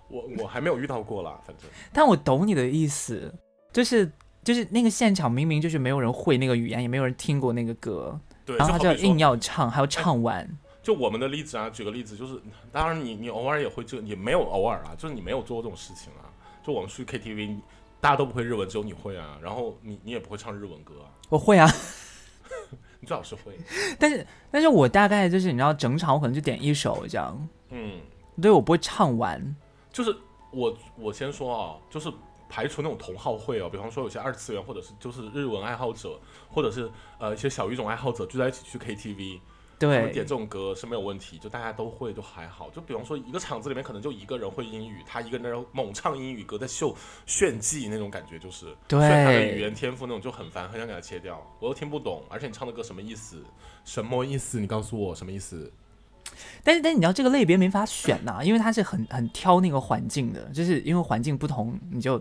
S3: 我我还没有遇到过啦，反正
S2: 但我懂你的意思，就是就是那个现场明明就是没有人会那个语言，也没有人听过那个歌，
S3: 对，
S2: 然后他就
S3: 好
S2: 要
S3: 比说
S2: 硬要唱，还要唱完。
S3: 就我们的例子啊，举个例子，就是当然你你偶尔也会这，也没有偶尔啊，就是你没有做过这种事情啊。就我们去 KTV，你大家都不会日文，只有你会啊，然后你你也不会唱日文歌啊，
S2: 我会啊，
S3: 你最好是会。
S2: 但是但是我大概就是你知道，整场我可能就点一首这样，
S3: 嗯，
S2: 对我不会唱完。
S3: 就是我我先说啊，就是排除那种同好会哦，比方说有些二次元或者是就是日文爱好者，或者是呃一些小语种爱好者聚在一起去 KTV，他们
S2: 对
S3: 点这种歌是没有问题，就大家都会，就还好。就比方说一个场子里面可能就一个人会英语，他一个人在那猛唱英语歌，在秀炫技那种感觉，就是
S2: 对
S3: 炫他的语言天赋那种就很烦，很想给他切掉。我又听不懂，而且你唱的歌什么意思？什么意思？你告诉我什么意思？
S2: 但是但是你知道这个类别没法选呐、因为它是很很挑那个环境的，就是因为环境不同，你就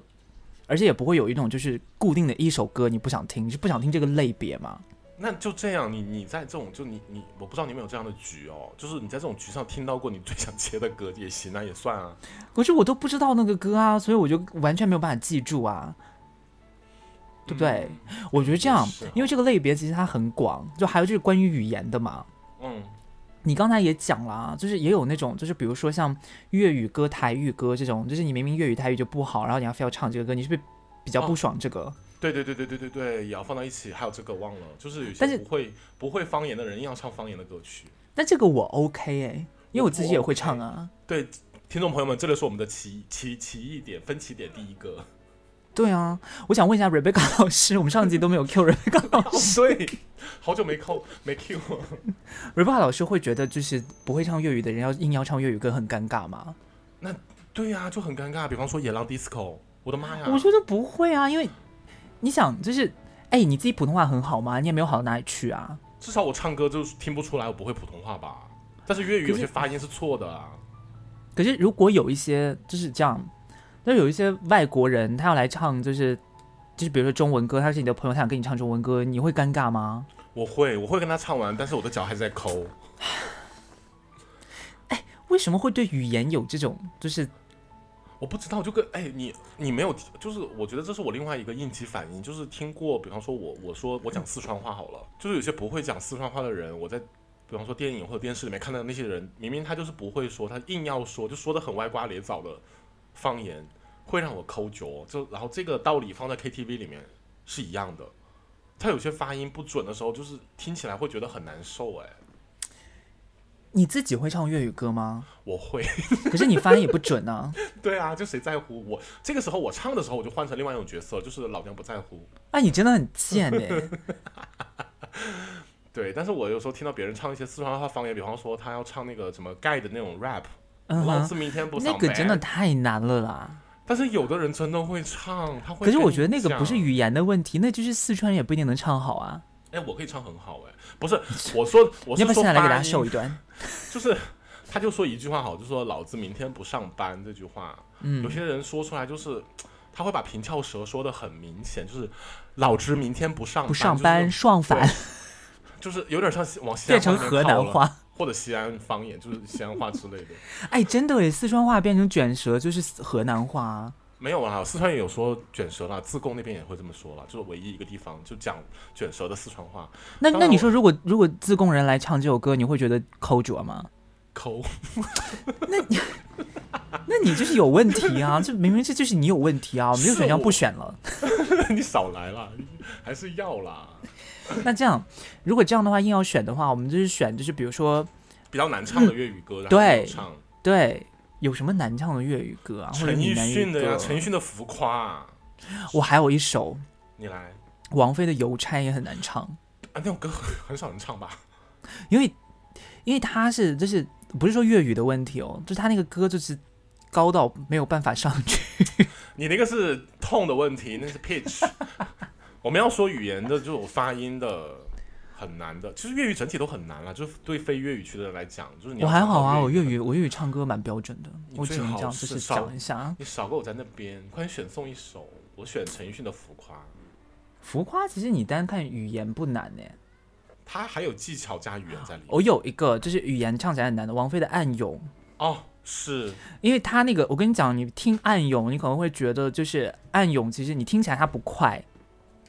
S2: 而且也不会有一种就是固定的一首歌你不想听，你是不想听这个类别嘛？
S3: 那就这样，你你在这种就你你，我不知道你有没有这样的局哦，就是你在这种局上听到过你最想切的歌也行啊，也算啊。
S2: 可是我都不知道那个歌啊，所以我就完全没有办法记住啊，对不对？我觉得这样
S3: 也是哦，
S2: 因为这个类别其实它很广，就还有就是关于语言的嘛。
S3: 嗯，
S2: 你刚才也讲了啊，就是也有那种，就是比如说像粤语歌、台语歌这种，就是你明明粤语、台语就不好，然后你要非要唱这个歌，你是不是比较不爽这个？
S3: 对对对对对对对，也要放到一起。还有这个忘了，就是有
S2: 但是
S3: 些不会不会方言的人硬要唱方言的歌曲。
S2: 那这个我 OK 哎、因为我自己也会唱啊。
S3: 对，听众朋友们，这就是我们的奇奇奇异点分歧点第一个。
S2: 对啊，我想问一下 Rebecca 老师，我们上集都没有 Q Rebecca 老师。
S3: 对，好久没扣 没 Q 了。
S2: Rebecca 老师会觉得就是不会唱粤语的人要硬要唱粤语歌很尴尬吗？
S3: 那对呀、就很尴尬。比方说野狼 disco，我的妈呀！
S2: 我觉得不会啊，因为你想，就是哎、你自己普通话很好吗？你也没有好到哪里去啊。
S3: 至少我唱歌就是听不出来我不会普通话吧？但是粤语有些发音是错的啊。
S2: 可是如果有一些就是这样，那有一些外国人他要来唱，就是就是比如说中文歌，他是你的朋友，他想跟你唱中文歌，你会尴尬吗？
S3: 我会，我会跟他唱完，但是我的脚还是在抠。
S2: 为什么会对语言有这种就是
S3: 我不知道，就跟哎，你你没有，就是我觉得这是我另外一个应急反应，就是听过，比方说我我说我讲四川话好了，就是有些不会讲四川话的人，我在比方说电影或者电视里面看到那些人，明明他就是不会说，他硬要说，就说的很歪瓜裂枣的方言，会让我抠脚。就然后这个道理放在 KTV 里面是一样的，他有些发音不准的时候，就是听起来会觉得很难受。哎，
S2: 你自己会唱粤语歌吗？
S3: 我会。
S2: 可是你发音也不准啊。
S3: 对啊，就谁在乎我？这个时候我唱的时候，我就换成另外一种角色，就是老娘不在乎。
S2: 啊，你真的很贱哎、
S3: 对，但是我有时候听到别人唱一些四川话方言，比方说他要唱那个什么盖的那种 rap，、
S2: 嗯
S3: 老子
S2: 哼，
S3: 明天不
S2: 那
S3: 上
S2: 个
S3: 班。
S2: 真的，太难了啦。
S3: 但是有的人真的会唱，他会。
S2: 可是我觉得那个不是。语言的问题，那就是四川人也不一定能唱好啊。
S3: 哎，我可以唱很好哎，不是，我说我
S2: 你
S3: 是
S2: 要不要
S3: 说
S2: 现在来给大
S3: 发
S2: 家秀一
S3: 音，
S2: 段？
S3: 就是他就说一句话好，就说老子明天不上班这句话，
S2: 嗯
S3: 有些人说出来就是。他会把平翘舌说的很明显，就是“老子明天不上班”，
S2: 不上班，
S3: 就是
S2: 爽反。
S3: 就是有点像西往西安
S2: 变成
S3: 方面
S2: 河
S3: 靠
S2: 南
S3: 了，
S2: 话。
S3: 或者西安方言，就是西安话之类的。
S2: 哎，真的耶，四川话变成卷舌就是河南话啊。
S3: 没有啦，四川也有说卷舌啦，自贡那边也会这么说啦，就是唯一一个地方就讲卷舌的四川话，
S2: 那
S3: 当
S2: 那
S3: 然
S2: 你
S3: 我
S2: 说，如果如果自贡人来唱这首歌，你会觉得抠脚 吗？
S3: 抠。
S2: 那你就是有问题啊！这明明这就是你有问题啊！我们就是选项
S3: 我
S2: 不选了。
S3: 你少来啦，还是要啦，
S2: 那这样，如果这样的话硬要选的话，我们就是选就是比如说，
S3: 比较难唱的粤语歌，然后
S2: 对
S3: 有唱
S2: 对，有什么难唱的粤语歌啊，或者
S3: 陈
S2: 闽
S3: 奕
S2: 南语
S3: 迅的
S2: 歌
S3: 呀，？陈奕迅的《浮夸》啊，
S2: 我还有一首
S3: 你来
S2: 王菲的《邮差》也很难唱，
S3: 啊，那种歌 很很少人唱吧？
S2: 因为因为她是就是不是说粤语的问题哦，就是她那个歌就是高到没有办法上去。
S3: 你那个是痛的问题，那是 pitch。我们要说语言的这种发音的很难的，其实粤语整体都很难了，就是对非粤语区的人来讲，就是你要
S2: 我还
S3: 讲
S2: 好啊，我
S3: 粤
S2: 粤
S3: 语。
S2: 语我粤语唱歌蛮标准的，
S3: 你
S2: 我
S3: 最
S2: 只能
S3: 好
S2: 这样
S3: 是
S2: 就是
S3: 少
S2: 讲一下啊。
S3: 你少跟我在那边，快点选送一首，我选陈奕迅的《浮夸》，
S2: 浮夸其实你单看语言不难呢、
S3: 它还有技巧加语言在里面。
S2: 我有一个就是语言唱起来很难的，王菲的《暗涌》。
S3: 哦，是
S2: 因为他那个，我跟你讲，你听暗涌，你可能会觉得就是暗涌，其实你听起来它不快，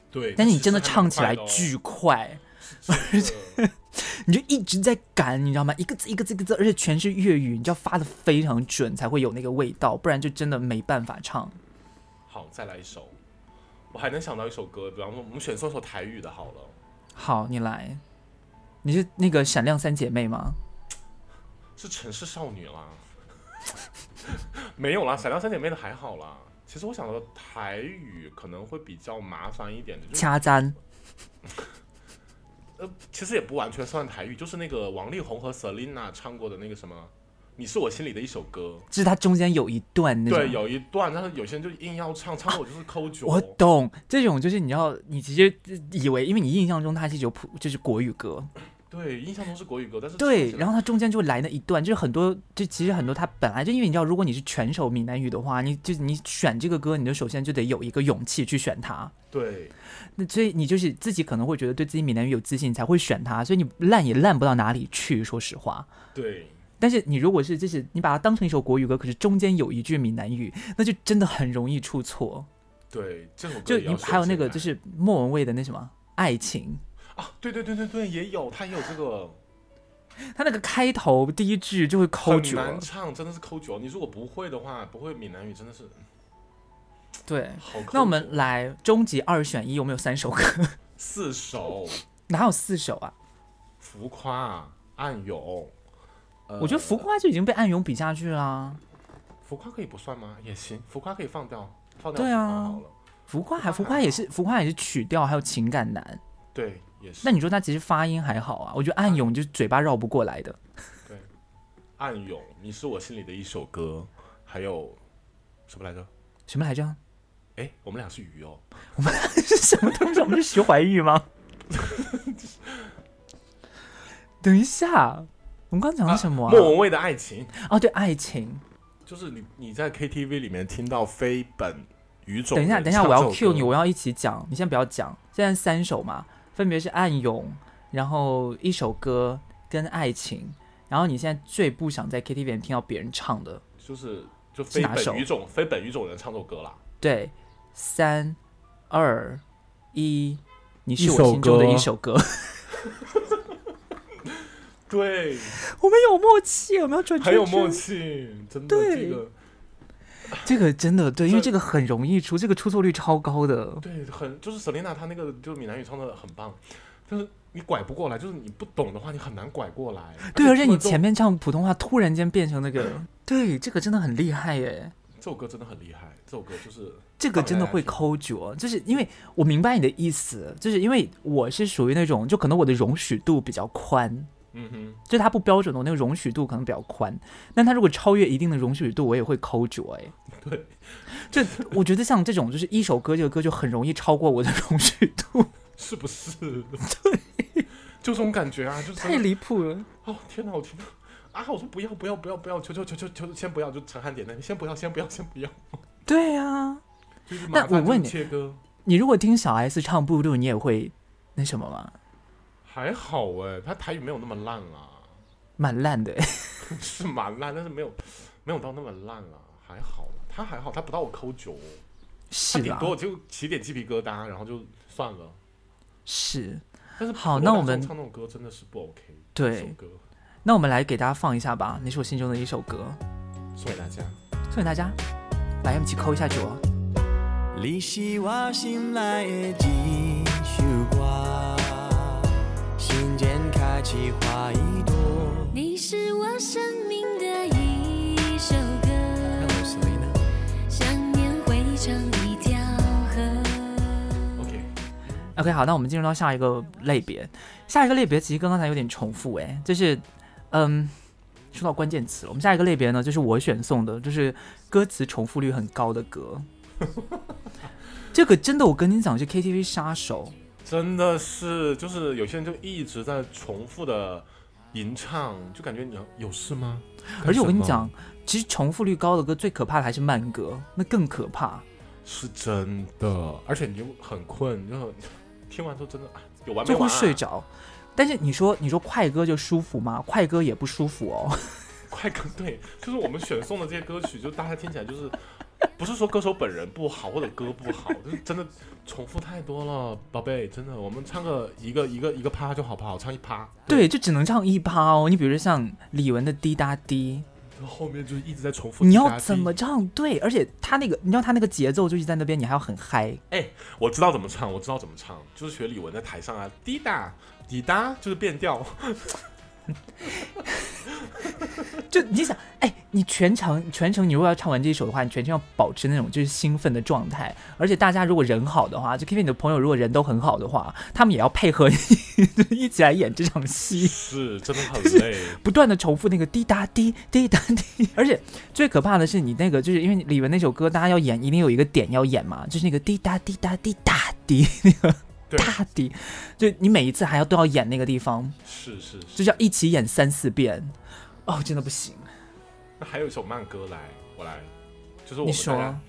S3: 对，
S2: 但是你
S3: 其实
S2: 真的
S3: 还
S2: 唱
S3: 蛮
S2: 起
S3: 快
S2: 来
S3: 的哦
S2: 巨快，
S3: 是的
S2: 你就一直在赶，你知道吗？一个字一个字一个字，而且全是粤语，你就要发的非常准才会有那个味道，不然就真的没办法唱。
S3: 好，再来一首。我还能想到一首歌，比方说我们选送首台语的好了。
S2: 好，你来，你是那个闪亮三姐妹吗？
S3: 是城市少女啦， 没有啦，闪亮三姐妹的还好啦。其实我想到台语可能会比较麻烦一点的，就是
S2: 掐簪
S3: 呃，其实也不完全算台语，就是那个王力宏和 Selina 唱过的那个什么，你是我心里的一首歌。
S2: 就是它中间有一段那种。
S3: 对，有一段，但是有些人就硬要唱，唱的我就是抠脚。
S2: 我懂这种，就是你知道，你直接以为，因为你印象中它是有普，就是国语歌，
S3: 对，印象中是国语歌，呃但是
S2: 对，然
S3: 后
S2: 后它中间就来那一段，就是很多，就其实很多它本来就因为你知道，如果你是全首闽南语的话，你就你选这个歌，你就首先就得有一个勇气去选它。
S3: 对，
S2: 那所以你就是自己可能会觉得对自己闽南语有自信，才会选它，所以你烂也烂不到哪里去，说实话。
S3: 对，
S2: 但是你如果是就是你把它当成一首国语歌，可是中间有一句闽南语，那就真的很容易出错。
S3: 对，这首歌
S2: 就
S3: 也要
S2: 你还有
S3: 选
S2: 那
S3: 进
S2: 个
S3: 来
S2: 就是莫文蔚的那什么爱情，
S3: 啊，对对对对对，也有，他也有这个，
S2: 它那个开头第一句就会抠
S3: 很
S2: 脚，啊
S3: 难唱，真的是抠脚。你如果不会的话，不会闽南语真的是
S2: 对。
S3: 好抠。
S2: 那我们来终极二选一，我们有三首歌，
S3: 四首
S2: 哪有四首啊？
S3: 浮夸暗涌，呃
S2: 我觉得浮夸就已经被暗涌比下去啦，
S3: 浮夸可以不算吗？也行，浮夸可以放掉，放掉
S2: 对
S3: 浮夸
S2: 啊
S3: 好了。
S2: 浮夸
S3: 浮夸还
S2: 还
S3: 好
S2: 浮夸也是浮夸也是曲调还有情感难。
S3: 对，也是。
S2: 那你说他其实发音还好啊，我觉得暗涌就是嘴巴绕不过来的。
S3: 对，暗涌，你是我心里的一首歌，还有什么来着？
S2: 什么来着？
S3: 哎，我们俩是鱼哦。
S2: 是什么东西？我们是徐怀钰吗？等一下，我们刚讲了什么、啊
S3: 莫文蔚的爱情，
S2: 哦，对，爱情。
S3: 就是你你在 KTV 里面听到非本语种
S2: 等一下，
S3: 人
S2: 等一下，
S3: 唱
S2: 我
S3: 这
S2: 要
S3: 首
S2: Q 你，
S3: 歌
S2: 我要一起讲，你先不要讲。现在三首嘛，分别是《暗涌》，然后一首歌跟爱情，然后你现在最不想在 KTV 里面听到别人唱的，
S3: 就是就是非
S2: 哪首
S3: 本语种非本语种人唱这首歌啦。
S2: 对，三、二、一，你
S3: 一
S2: 是我
S3: 首
S2: 心中的
S3: 歌
S2: 一首歌。
S3: 对，
S2: 我们有默契，我们要转
S3: 很有默。契，真的
S2: 对
S3: 这个
S2: 这个真的对，因为
S3: 这
S2: 这个很容易出，这个出错率超高的。
S3: 对很就是 Selina 她那个就是闽南语唱的很棒，就是你拐不过来，就是你不懂的话你很难拐过来。
S2: 对，而且
S3: 听
S2: 你
S3: 了之后
S2: 前面唱普通话，突然间变成那个，对，这个真的很厉害耶。
S3: 这首歌真的很厉害，这首歌就是
S2: 这个真的会抠脚，就是因为我明白你的意思，就是因为我是属于那种，就可能我的容许度比较宽，
S3: 嗯哼，
S2: 就它不标准的我那个容许度可能比较宽，但它如果超越一定的容许度，我也会抠脚哎。
S3: 对，
S2: 就我觉得像这种，就是一首歌这个歌就很容易超过我的容许度，
S3: 是 不是？对，就这种感觉啊，就是真
S2: 太
S3: 的
S2: 离谱了。
S3: 哦天哪，我听到。啊！我说不要不要不要不要，求求求求求，先不要！就陈汉典那边，先不要先不要先不要，
S2: 对啊，
S3: 就是
S2: 那
S3: 麻
S2: 我
S3: 烦
S2: 问
S3: 就
S2: 你
S3: 切割。
S2: 你如果听小 S 唱《步步》，你也会那什么吗？
S3: 还好哎、他台语没有那么烂啊，
S2: 蛮烂的、
S3: 是蛮烂，但是没有没有到那么烂啊，还好啦他还好，他不到我抠脚哦，他
S2: 是
S3: 顶
S2: 啦，
S3: 多我就起点鸡皮疙瘩，然后就算了。
S2: 是。
S3: 但是
S2: 好
S3: 普罗
S2: 那
S3: 大
S2: 我们
S3: 众唱那种歌真的是不 OK，
S2: 对
S3: 这首歌
S2: 那我们来给大家放一下吧，那是我心中的一首歌，
S3: 送给大家。
S2: 送给大家。来，我们一起扣一下酒啊！
S5: 你是我心内的一首歌，心间开启花一朵。
S1: 你是我生命的一首歌，
S5: 我是谁呢？
S1: 想念汇成一条河。
S3: OK，
S2: OK，好，那我们进入到下一个类别。下一个类别其实跟刚才有点重复，哎，就是，嗯，说到关键词了。我们下一个类别呢，就是我选送的，就是歌词重复率很高的 歌。这个真的，我跟你讲，是 KTV 杀手。
S3: 真的是，就是有些人就一直在重复的吟唱，就感觉你有事吗？
S2: 而且我跟你
S3: 干什么
S2: 讲，，其实重复率高的歌最可怕的还是慢歌，那更可
S3: 啊
S2: 怕。
S3: 是真的，而且你就很困，你就很听完之后真的啊有完没
S2: 就
S3: 完、
S2: 会
S3: 啊？
S2: 睡着。但是你说你说快歌就舒服吗？快歌也不舒服哦。
S3: 快歌对，就是我们选送的这些歌曲，就大家听起来就是，不是说歌手本人不好或者歌不好，就是真的重复太多了，宝贝，真的，我们唱个一个一个一个趴就好不好？唱一趴，
S2: 对，就只能唱一趴哦。你比如说像李玟的滴答滴，
S3: 然后后面就一直在重复。
S2: 你要怎么？唱？对，而且他那个，你知道他那个节奏就是在那边，你还要很嗨。
S3: 哎，我知道怎么唱，我知道怎么唱，就是学李玟在台上啊，滴答滴答，就是变调。
S2: 就你想，哎，你全程全程你如果要唱完这一首的话，你全程要保持那种就是兴奋的状态。而且大家如果人好的话，就 K K 你的朋友如果人都很好的话，他们也要配合你 一起来演这场戏。
S3: 是，真的很累。
S2: 不断的重复那个滴答滴滴答滴， 而且最可怕的是你那个，就是因为李玟那首歌，大家要演一定有一个点要演嘛，就是那个滴答滴答滴答滴那个
S3: 对
S2: 大滴，就你每一次还要都要演那个地方，
S3: 是是是。
S2: 就是要一起演三四遍，哦，真的不行。
S3: 那还有一首慢歌来，我来，就是我
S2: 你
S3: 们大
S2: 说
S3: 家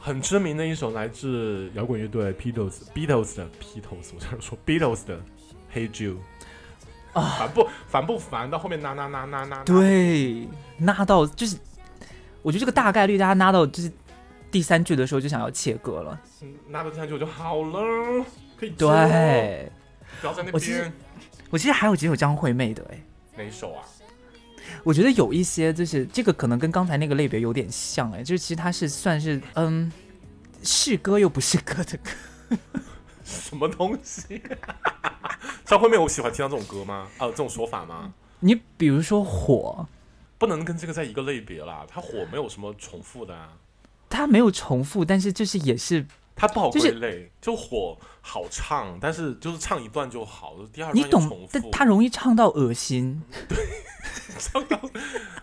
S3: 很知名的一首来自摇滚乐队 Beatles Beatles 的 Beatles，我想说 Beatles 的 Hey Jude。啊，烦不烦不烦？到后面呐呐呐呐呐，，
S2: 对，拉到就是，我觉得这个大概率大家拉到就是第三句的时候就想要切歌了，
S3: 嗯呐到这样就就好了，可以做了，
S2: 对。
S3: 不要在那
S2: 我其实
S3: 边
S2: 我其实还有几首张惠妹的哎、
S3: 哪一首啊？
S2: 我觉得有一些就是这个可能跟刚才那个类别有点像哎，就是其实它是算是嗯是歌又不是歌的歌，
S3: 什么东西？张惠妹，我喜欢听到这种歌吗？啊，这种说法吗？
S2: 你比如说火，
S3: 不能跟这个在一个类别啦，它火没有什么重复的啊。
S2: 它没有重复，但是就是也是
S3: 它不好
S2: 就
S3: 归
S2: 是
S3: 类，就火好唱，但是就是唱一段就好，就第二
S2: 你
S3: 段又
S2: 懂
S3: 重，复
S2: 但。它容易唱到恶心。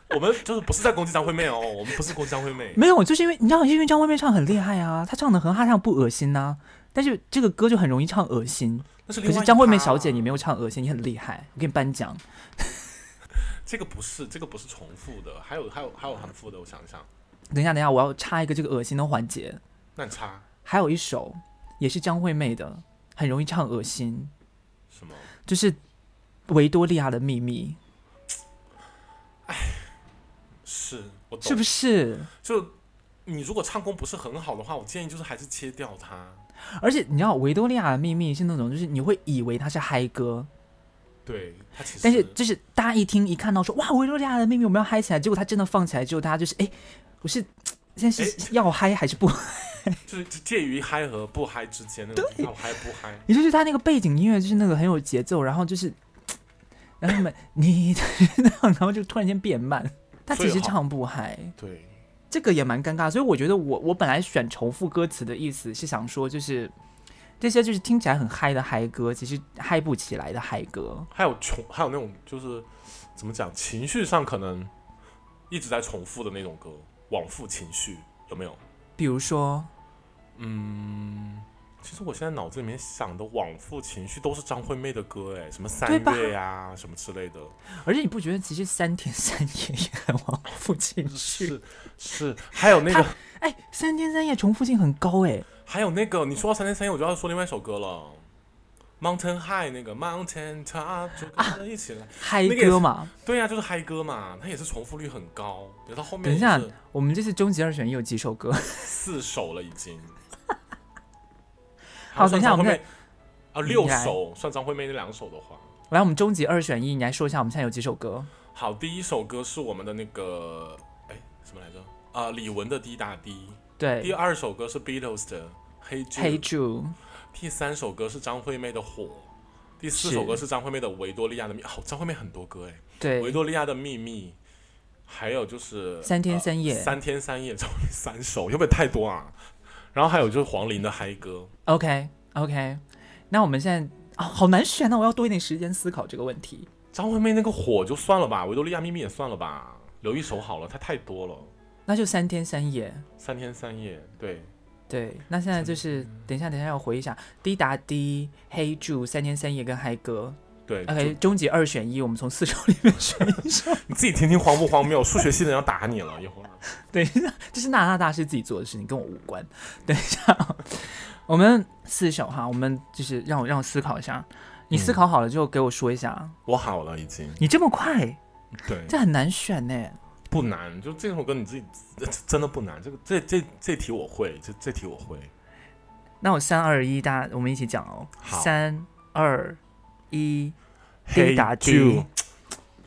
S3: 我们就是不是在攻击张惠妹哦，我们不是攻击张惠妹，
S2: 没有，就是因为你知道，因为张惠妹唱很厉害啊，她唱的很好她唱不恶心呐、但是这个歌就很容易唱恶心。
S3: 那是
S2: 可
S3: 另外一
S2: 是张惠妹小
S3: 趴
S2: 姐，你没有唱恶心，你很厉害，我给你颁奖。
S3: 这个不是这个不是重复的，还有还有还有重复的，我想一想，
S2: 等一下，等一下，我要插一个这个恶心的环节。
S3: 那你插
S2: 还有一首也是张惠妹的，很容易唱恶心，
S3: 什么？
S2: 就是《维多利亚的秘密
S3: 是我》，懂，
S2: 是不
S3: 是？
S2: 是？
S3: 就你如果唱功不是很好的话，我建议就是还是切掉它。
S2: 而且你知道，《维多利亚的秘密》是那种，就是你会以为它是嗨歌，
S3: 对，它其实
S2: 但是就是大家一听一看到说哇，《维多利亚的秘密》我们要嗨起来，结果它真的放起来之后，大家就是哎，我是现在是要嗨还是不？
S3: 就是介于嗨和不嗨之间那种，要嗨不嗨。
S2: 也就是它那个背景音乐就是那个很有节奏，然后就是，然后他们你，然后就突然间变慢，它其
S3: 所
S2: 实
S3: 以好
S2: 唱不嗨。
S3: 对，
S2: 这个也蛮尴尬，所以我觉得我我本来选重复歌词的意思是想说，就是这些就是听起来很嗨的嗨歌，其实嗨不起来的嗨歌。
S3: 还有重，还有那种就是怎么讲，情绪上可能一直在重复的那种歌，往复情绪有没有？
S2: 比如说，
S3: 嗯，其实我现在脑子里面想的往复情绪都是张惠妹的歌，哎，什么
S2: 对
S3: 三
S2: 吧
S3: 月呀、什么之类的，
S2: 而且你不觉得其实三天三夜也很往复情绪？
S3: 是 是，还有那个
S2: 哎，三天三夜重复性很高哎。
S3: 还有那个，你说到三天三夜，我就要说另外一首歌了， Mountain High 那个 Mountain Top 就跟着一起来。
S2: 嗨
S3: 那个也
S2: 歌
S3: 是
S2: 嘛。
S3: 对呀、就是嗨歌嘛，它也是重复率很高，等到后面
S2: 等一下
S3: 也是，
S2: 我们这次终极二选一有几首歌？
S3: 四首了已 经。
S2: 好等一下
S3: 算张
S2: 我们
S3: 惠妹
S2: 看
S3: 啊六
S2: 应该
S3: 首，算张惠妹那两首的话，
S2: 来，我们终极二选一，你来说一下我们现在有几首歌？
S3: 好，第一首歌是我们的那个哎什么来着？啊、李玟的《滴答滴》，第
S2: 对
S3: 二首歌是 Beatles 的《黑 j
S2: ，Hey Jude，
S3: 第三首歌是张惠妹的《火》，第四首歌是张惠妹的《维多利亚的秘》。哦，张惠妹很多歌哎，《维
S2: 对，
S3: 多利亚的秘密》，还有就是
S2: 三天三夜
S3: 呃三天三夜，张惠妹三首，会不会太多啊？然后还有就是黄龄的嗨歌，
S2: OK OK，那我们现在啊、好难选啊，我要多一点时间思考这个问题。
S3: 张惠妹那个火就算了吧，维多利亚秘密也算了吧，留一首好了，它太多了。
S2: 那就三天三夜。
S3: 三天三夜，对，
S2: 对，那现在就是等一下，等一下要回忆一下，滴答滴、黑柱、三天三夜跟嗨歌。
S3: 对
S2: OK，
S3: 就
S2: 终极二选一，我们从四首里面选一 首。
S3: 你自己听听荒不荒谬？数学系的人要打你了，一会儿。
S2: 等一下，这是娜娜大师自己做的事情，跟我无关。等一下，我们四首哈，我们就是让我让我思考一下。你思考好了之后给我说一下。
S3: 我好了，已经。
S2: 嗯你这么快，
S3: 对，
S2: 这很难选呢。
S3: 不难，就这首歌你自己这这真的不难。这个这这这题我会，这这题我会。
S2: 那我三二一，大家我们一起讲哦。
S3: 好
S2: 三二一，滴答
S3: Hey
S2: 滴
S3: Jude，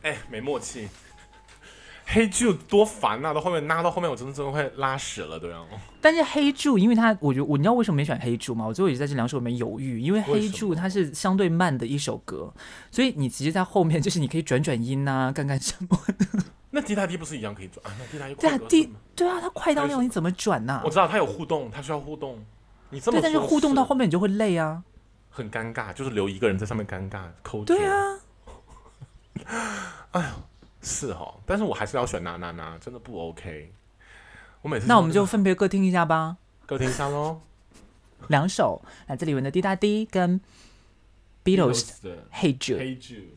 S3: 哎，没默 契。黑 j 多烦啊呐、到后面拉到后面，我真的真的会拉屎了都要。
S2: 但是黑柱，因为它，我觉得我你知道为什么没选黑柱吗？我最后也在这两首里面犹豫，因为黑柱
S3: 为什么
S2: 它是相对慢的一首歌，所以你其实，在后面就是你可以转转音啊，干干什 么？
S3: 那滴答滴不是一样可以转啊？那滴答滴
S2: 对
S3: 快
S2: 啊
S3: 歌，是
S2: 第
S3: 吗
S2: 对啊，它快到那
S3: 还
S2: 种
S3: 有什么
S2: 你怎么转呐、
S3: 我知道它有互动，它需要互动。你这么
S2: 对，但是
S3: 说
S2: 互动到
S3: 是
S2: 后面你就会累啊。
S3: 很尴尬，就是留一个人在上面尴尬抠。
S2: 对，啊，
S3: 是哦，但是我还是要选娜娜娜，真的不 OK。我每次
S2: 那我们就分别各听一下吧，
S3: 歌听 上喽。
S2: 两首，来自李玟的《滴答滴》跟 Beatles 的《
S3: 的
S2: Hey Jude》。
S3: 黑 j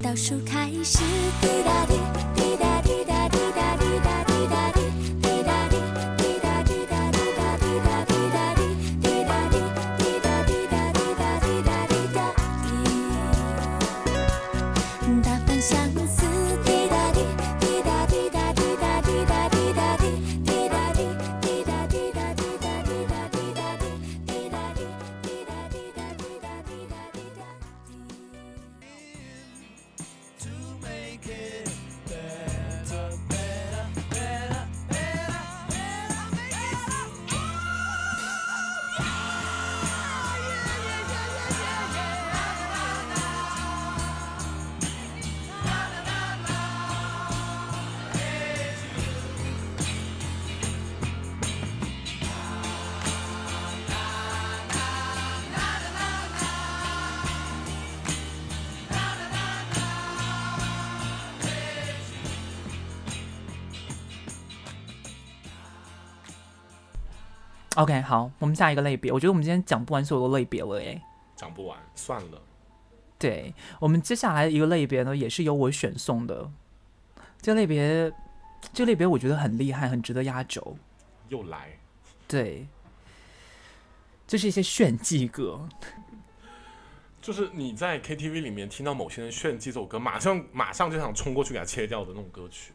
S1: 倒数开始，滴答滴，滴答滴答滴答滴答滴答滴，滴答滴，滴答滴答滴答滴答滴答滴，滴答滴，滴答滴答滴答滴答滴答滴。打翻相思，滴答滴，滴答滴答滴答滴答滴答滴，滴答滴，滴答滴答滴答滴答滴答滴，滴答滴，滴答滴答滴答滴答滴答滴。
S2: OK，好，我们下一个类别，我觉得我们今天讲不完所有的类别了耶。
S3: 讲不完，算了。
S2: 对我们接下来一个类别呢，也是由我选送的。这类别，这类别我觉得很厉害，很值得压轴。
S3: 又来，
S2: 对，这是一些炫技歌，
S3: 就是你在 KTV 里面听到某些人炫技这首歌，马上马上就想冲过去给他切掉的那种歌曲。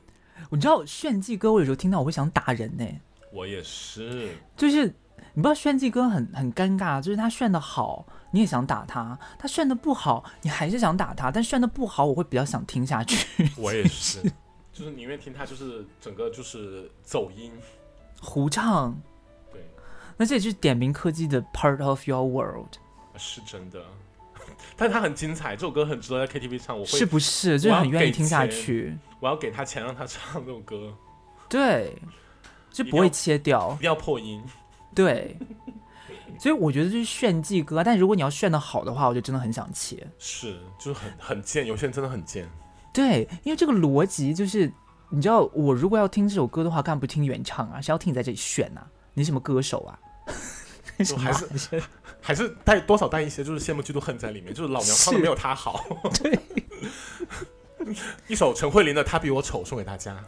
S2: 你知道炫技歌，我有时候听到我会想打人呢、
S3: 我也是，
S2: 就是你不知道炫技歌很很尴尬，就是他炫的好，你也想打他；他炫的不好，你还是想打他。但炫的不好，我会比较想听下去。
S3: 我也是，就是宁愿听他就是整个就是走音，
S2: 胡唱，
S3: 对，
S2: 那这也是点名柯基的《Part of Your World
S3: 啊是真的。 但他很精彩，这首歌很值得在 KTV 唱，我》，
S2: 是
S3: 会，
S2: 不是？就是
S3: 我要
S2: 很愿意
S3: 给
S2: 听下
S3: 钱
S2: 去。
S3: 我要给他钱让他唱这首歌，
S2: 对，就
S3: 一定
S2: 不会
S3: 要
S2: 切掉
S3: 一。定要破音。
S2: 对，所以我觉得就是炫技歌，但如果你要炫的好的话，我就真的很想切。
S3: 是，就是很很贱，有些人真的很贱。
S2: 对，因为这个逻辑就是，你知道，我如果要听这首歌的话，干嘛不听原唱啊？谁要听你在这里炫啊？你什么歌手啊？
S3: 就还是还是带多少带一些就是羡慕嫉妒恨在里面，就是老娘唱的没有他好。 一首陈慧琳的《他比我丑》送给大家。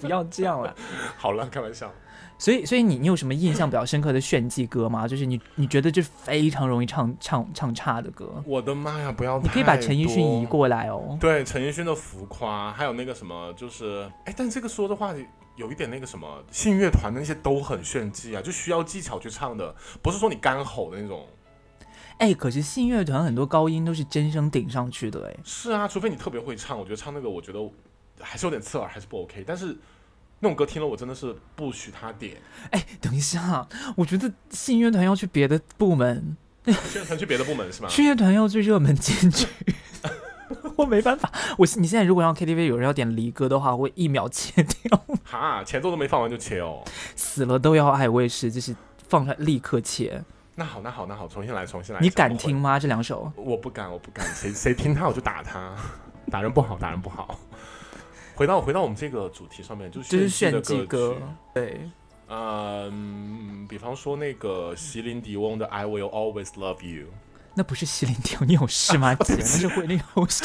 S2: 不要这样了。
S3: 好了，开玩笑。
S2: 所以，所以你你有什么印象比较深刻的炫技歌吗？就是你你觉得这非常容易唱唱唱差的歌，
S3: 我的妈呀，不要！
S2: 你可以把陈奕迅移。过来哦。
S3: 对，陈奕迅的《浮夸》，还有那个什么，就是哎，但这个说的话。有一点那个什么，信乐团的那些都很炫技啊，就需要技巧去唱的，不是说你干吼的那种。
S2: 哎，可是信乐团很多高音都是真声顶上去的，哎，
S3: 是啊，除非你特别会唱，我觉得唱那个，我觉得还是有点刺耳，还是不 OK。但是那种歌听了，我真的是不许他点，
S2: 哎，等一下，我觉得信乐团要去别的部门，
S3: 现在传去别的部门是吗？
S2: 信乐团要去热门金曲。 我没办法，我你现在如果让 KTV 有人要点离歌的话，我会一秒切掉，
S3: 哈，前奏都没放完就切哦。
S2: 死了都要爱，我也是，就是放出来立刻切。
S3: 那好，那好，那好，重新来，重新来。
S2: 你
S3: 下
S2: 敢
S3: 不会
S2: 听？吗？这两首？
S3: 我不敢，我不敢。谁谁听他我就打他， 打人不好，打人不好。回到回到我们这个主题上面，就是
S2: 就是
S3: 的
S2: 炫技
S3: 歌
S2: 歌
S3: 曲。，
S2: 对，
S3: 嗯，比方说那个席琳迪翁的《I Will Always Love You
S2: 那不是西林迪翁，你有事吗？ 姐，那是惠利侯 斯。》。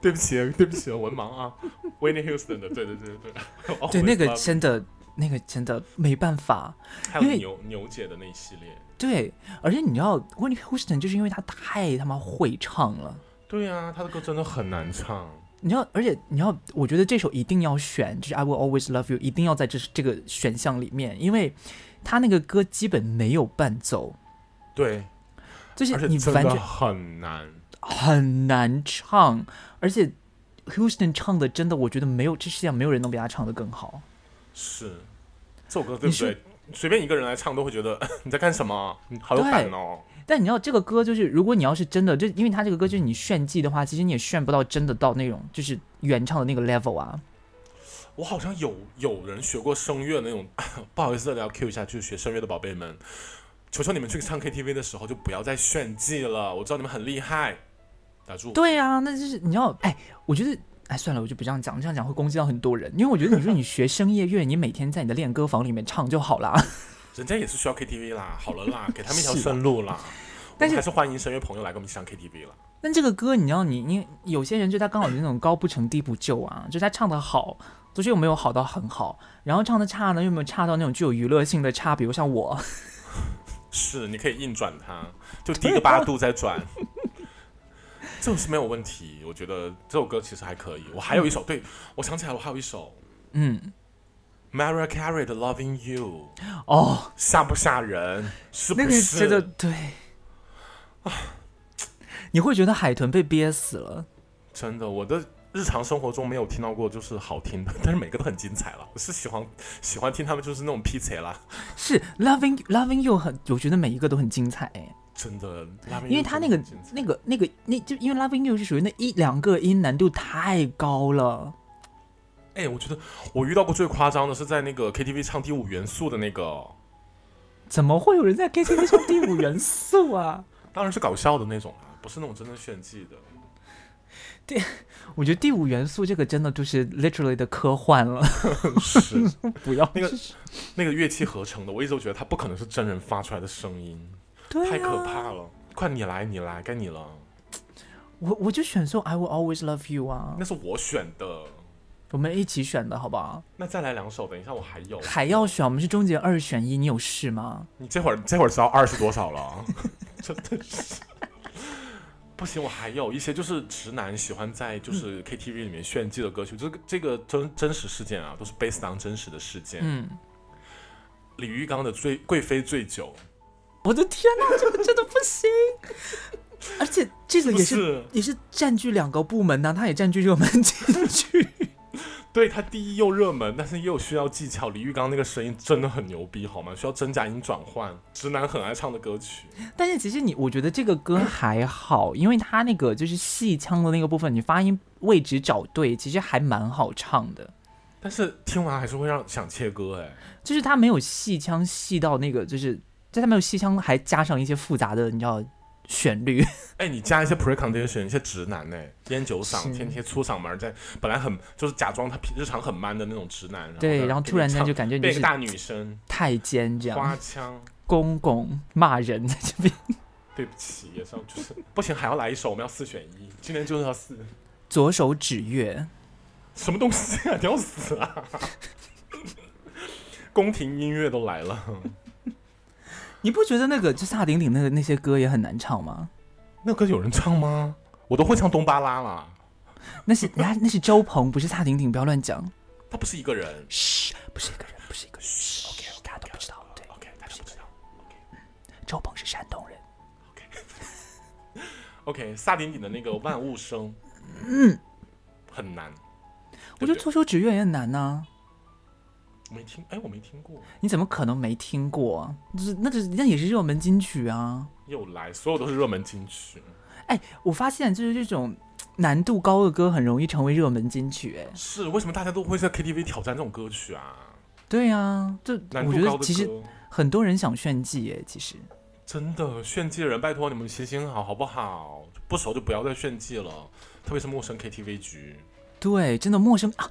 S3: 对不起，对不起，文盲 啊 w h i t n e y Houston 的，对对对对对。Always
S2: 对，那个
S3: Love You
S2: 真的，那个真的没办法。
S3: 还有
S2: 因为
S3: 牛牛姐的那一系列。
S2: 对，而且你知道 w h i t n e Houston 就是因为他太他妈会唱了。
S3: 对啊，她的歌真的很难唱。
S2: 你要，而且你要，我觉得这首一定要选，就是 I will always love you，一定要在这这个选项里面，因为他那个歌基本没有伴奏，
S3: 对，
S2: 就
S3: 而
S2: 是
S3: 且
S2: 你
S3: 真
S2: 完
S3: 的
S2: 全
S3: 很难。
S2: 很难唱，而且 Houston 唱的真的，我觉得没有这世界上没有人能比他唱的更好。
S3: 是，这首歌对
S2: 你
S3: 不对
S2: 是？
S3: 随便一个人来唱都会觉得 你在干什么，啊你好有
S2: 对
S3: 感哦。
S2: 但你知道这个歌就是，如果你要是真的，就因为他这个歌就是你炫技的话，其实你也炫不到真的到那种就是原唱的那个 level 啊。
S3: 我好像有有人学过声乐那种， 不好意思，要 Q 一下，就是学声乐的宝贝们，求求你们去唱 KTV 的时候就不要再炫技了，我知道你们很厉害，打住。
S2: 对啊，那就是你知道，哎，我觉得。哎，算了，我就不这样讲，这样讲会攻击到很多人。因为我觉得你说你学声乐乐，你每天在你的练歌房里面唱就好 啦。
S3: 人家也是需要 KTV 啦，好了 啦，给他们一条
S2: 是的
S3: 生路啦。
S2: 但
S3: 我们
S2: 是
S3: 还是欢迎声乐朋友来跟我们一起唱 KTV 了。
S2: 但这个歌，你知道你，你有些人就他刚好是那种高不成低不就啊，就是他唱的好，就是又没有好到很好，然后唱的差呢，又没有差到那种具有娱乐性的差，比如像我，
S3: 是，你可以硬转它，就
S2: 啊
S3: 低个八度再转，这种是没有问题。我觉得这首歌其实还可以。我还有一首，对我想起来了，我还有一首
S2: 嗯，
S3: Mariah Carey 的《Loving You》，
S2: 哦，
S3: 吓不吓人？是不
S2: 那个
S3: 是？
S2: 真的对，你会觉得海豚被憋死了，
S3: 真的，我的日常生活中没有听到过就是好听的，但是每个都很精彩了。我是喜欢喜欢听他们就是那种劈腿啦，
S2: 是 loving loving you 很，我觉得每一个都很精彩、哎
S3: 真的。Loving
S2: 因
S3: You
S2: 为他那
S3: 真的
S2: 个
S3: 很精彩
S2: 那个那个那就因为 loving you 是属于那一两个音难度太高了，
S3: 哎、我觉得我遇到过最夸张的是在那个 KTV 唱第五元素的那个，
S2: 怎么会有人在 KTV 唱第五元素啊？
S3: 当然是搞笑的那种啊啦，不是那种真正炫技的。
S2: 我觉得第五元素这个真的就是 literally 的科幻了，
S3: 是
S2: 不要
S3: 那个 那个乐器合成的，我一直都觉得它不可能是真人发出来的声音，
S2: 对、啊、
S3: 太可怕了。快你来，你来，该你了，
S2: 我我就选送 I will always love you 啊
S3: 那，是我选的。
S2: 我们一起选的好不好？
S3: 那再来两首，等一下我还有。
S2: 还要选，我们是终结二选一，你有事吗？
S3: 你这会儿这会儿知道二是多少了？ 真的是。不行，我还有一些就是直男喜欢在就是
S2: 嗯
S3: KTV 里面炫技的歌曲，这个这个真真实事件啊，都是 based on 真实的事件。
S2: 嗯，
S3: 李玉刚的醉《贵妃醉酒
S2: 我的天哪，这个真的不行， 而且这个》也是
S3: 是
S2: 也是占据两个部门呐、它也占据热门 金曲。
S3: 对他第一又热门，但是又需要技巧。李玉刚那个声音真的很牛逼，好吗？需要真假音转换，直男很爱唱的歌曲。
S2: 但是其实你，我觉得这个歌还好，因为它那个就是戏腔的那个部分，你发音位置找对，其实还蛮好唱的。
S3: 但是听完还是会让想切歌哎。
S2: 就是他没有戏腔戏到那个，就是在他没有戏腔，还加上一些复杂的，你知道旋 律。
S3: 哎，你加一些 precondition，一些直男哎，烟酒
S2: 是
S3: 嗓，天天粗嗓门儿，在本来很就是假装他平日常很 man 的那种直男，
S2: 对，
S3: 呢
S2: 然后
S3: 给
S2: 突
S3: 你
S2: 然间
S3: 唱
S2: 就感觉你
S3: 变
S2: 就
S3: 一个
S2: 是
S3: 大女生，
S2: 太监这
S3: 花
S2: 样，
S3: 腔。
S2: 公公骂人在这边。
S3: 对不起，也是要就是不行，还要来一首，我们要四选一，今天就是要四，
S2: 左手指月，
S3: 什么东西啊，你要死啊！宫廷音乐都来了，
S2: 你不觉得那个就萨顶顶那个那些歌也很难唱吗？
S3: 那歌有人唱吗？我都会唱东巴拉啦，
S2: 那是那那是周鹏，不是萨顶顶，不要乱讲。
S3: 他不是一个人。
S2: 嘘，不是一个人，不是一个人。嘘，OK，大家都不知道。对，
S3: OK，大家不知道。
S2: 周鹏是山东人。
S3: OK，萨顶顶的那个万物生，嗯，很难。
S2: 我觉
S3: 对
S2: 得
S3: 不
S2: 左手指月也很难呐、
S3: 对没听，哎，我没听过。
S2: 你怎么可能没听过啊？就是那就是那也是热门金曲啊！
S3: 又来，所有都是热门金曲。
S2: 哎，我发现就是这种难度高的歌很容易成为热门金曲、哎，
S3: 是为什么大家都会在 KTV 挑战这种歌曲啊？
S2: 对啊，这
S3: 难
S2: 我觉
S3: 度高
S2: 得
S3: 的
S2: 其实
S3: 歌，
S2: 很多人想炫技、哎，其实
S3: 真的炫技的人，拜托你们行行好好不好？不熟就不要再炫技了，特别是陌生 KTV 局。
S2: 对，真的陌生啊，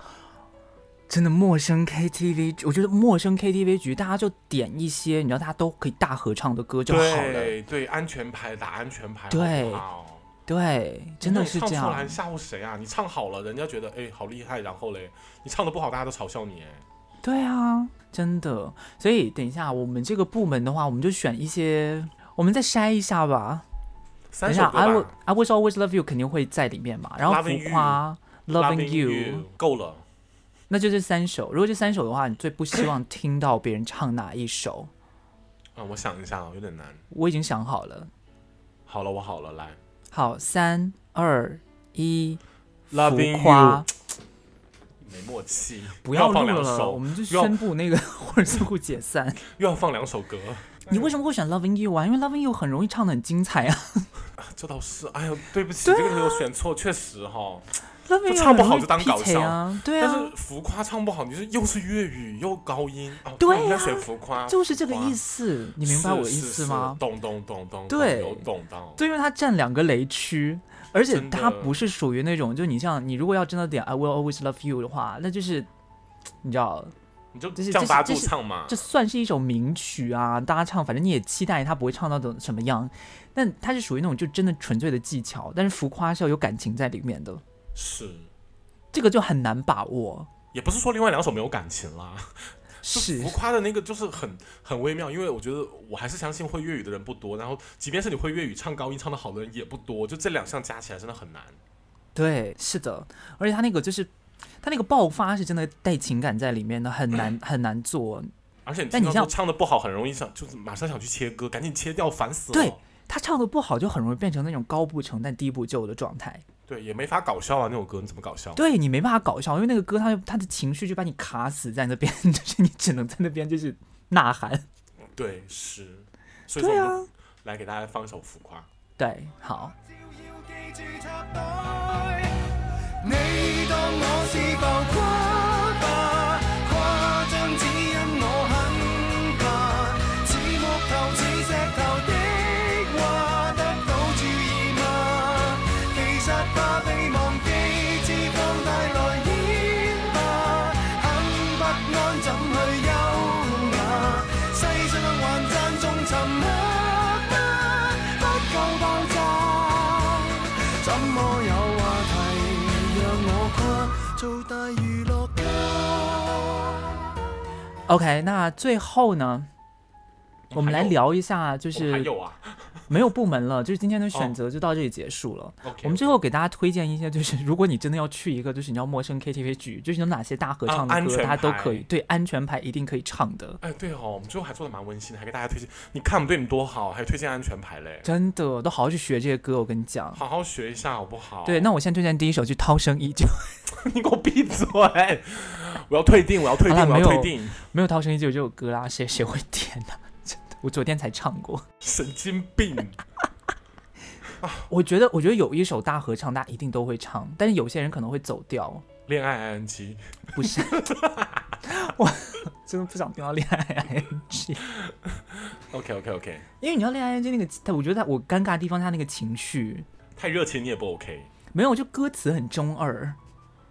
S2: 真的陌生 KTV，我觉得陌生 KTV 局大家就点一些你知道大家都可以大合唱的歌就好了，
S3: 对对，安全牌打安全牌，
S2: 对
S3: 好不好
S2: 对，真的是
S3: 你
S2: 这
S3: 唱出来
S2: 样，
S3: 吓唬谁啊？你唱好了，人家觉得哎好厉害，然后嘞，你唱的不好，大家都嘲笑你哎。
S2: 对啊，真的。所以等一下我们这个部门的话，我们就选一些，我们再筛一下吧。等
S3: 三
S2: 一
S3: 首
S2: 下
S3: 歌
S2: ，I will
S3: 吧
S2: I wish always love you 肯定会在里面嘛，然后
S3: Loving
S2: 浮夸 loving you，
S3: 够了。
S2: 那就这三首。如果这三首的话，你最不希望听到别人唱哪一 首？
S3: 嗯，我想一下啊，有点难。
S2: 我已经想好了。
S3: 好了，我好了，来
S2: 好，三二一，
S3: ，Loving
S2: 浮夸
S3: You，没默契，
S2: 不
S3: 要
S2: 要
S3: 放
S2: 录
S3: 两
S2: 了，我
S3: 首，
S2: 们就
S3: 又要
S2: 宣布那个 霍尔斯库解散。
S3: 又要放两首歌。
S2: 你为什么会选 loving you 啊？因为 loving you 很容易唱的很精彩啊
S3: 这倒是，哎呀，对不起，这个有选错，确实哈。
S2: ，loving
S3: 就
S2: you
S3: 唱不好
S2: 很容易
S3: 就当搞
S2: PK 啊，对
S3: 但
S2: 啊，
S3: 是浮夸唱不好，你是又是粤语又高音啊，
S2: 对
S3: 那应该
S2: 啊
S3: 选浮夸，
S2: 就是这个
S3: 浮夸
S2: 意。思，你明白
S3: 是
S2: 我的意
S3: 是
S2: 思
S3: 是
S2: 吗？
S3: 懂懂懂懂，懂
S2: 对
S3: 有懂到。
S2: 对，因为它占两个雷区，而且
S3: 真的
S2: 它不是属于那种，就你像你如果要真的点 I will always love you 的话，那就是你知道，
S3: 你就
S2: 这是
S3: 降八
S2: 这
S3: 度
S2: 是
S3: 唱嘛
S2: 这。算是一首名曲啊，大家唱，反正你也期待它不会唱到怎什么样。但它是属于那种就真的纯粹的技巧，但是浮夸是要有感情在里面的，
S3: 是，
S2: 这个就很难把握。
S3: 也不是说另外两首没有感 情啦，
S2: 是
S3: 浮，夸的那个就是很很微妙，因为我觉得我还是相信会粤语的人不多，然后即便是你会粤语唱高音唱的好的人也不多，就这两项加起来真的很难。
S2: 对，是的，而且它那个就是。它那个爆发是真的带情感在里面的，很难很难做。
S3: 而且你
S2: 但
S3: 听
S2: 你
S3: 到
S2: 像
S3: 说唱的不好，很容易想就是马上想去切歌，赶紧切掉，烦死了。
S2: 对他唱的不好，就很容易变成那种高不成但低不就的状态。
S3: 对也没法搞笑啊，那首歌你怎么搞笑？
S2: 对你没办法搞笑，因为那个歌它它的情绪就把你卡死在那边， 就是你只能在那边就是呐喊。
S3: 对是，所以说
S2: 对
S3: 我
S2: 啊
S3: 们，来给大家放一首浮夸。
S2: 对，好，
S5: 你當我是浮誇吧，誇張只因我很怕。似木頭似石頭的話，得到注意嗎？其實怕被忘記，自放大來演吧。很不安，怎去優雅？世上還讚仲沉默嗎？不夠爆炸。怎麼有話題讓我跨做大娛樂家？
S2: ，OK，那最后呢，我们
S3: 哎
S2: 来
S3: 还有
S2: 聊一下，就
S3: 我们还
S2: 是
S3: 有啊
S2: 没有部门了，就是今天的
S3: 哦
S2: 选择就到这里结束了。
S3: ，OK，
S2: 我们最后给大家推荐一些，就是 如果你真的要去一个就是你要陌生 KTV 局，就是有哪些大合
S3: 啊
S2: 唱的
S3: 安
S2: 歌，
S3: 全
S2: 大家都
S3: 牌
S2: 可以对安全牌一定可以唱的。
S3: 哎对哦，我们最后还做的蛮温馨的，还给大家推荐，你看我们对你多好，还推荐安全牌嘞，
S2: 真的，都好好去学这些歌，我跟你讲。
S3: 好好学一下好不好？
S2: 对，那我先推荐第一首，就《涛声依旧》。
S3: 你给我闭嘴！我要退订，我要退
S2: 好啦
S3: 订，我
S2: 没
S3: 要
S2: 有
S3: 退订！
S2: 没有《涛声依旧》这首歌啦，谁谁会点呢、真的， 我昨天才唱过。
S3: 神经病！
S2: 我觉得，我觉得有一首大合唱，大家一定都会唱，但是有些人可能会走调。
S3: 恋爱 ing，
S2: 不是， 我真的不想听到恋爱 ing，
S3: OK OK OK，
S2: 因为你知道恋爱 ing 那个，但我觉得他我尴尬的地方，他那个情绪
S3: 太热情你也不 OK，
S2: 没有，就歌词很中二，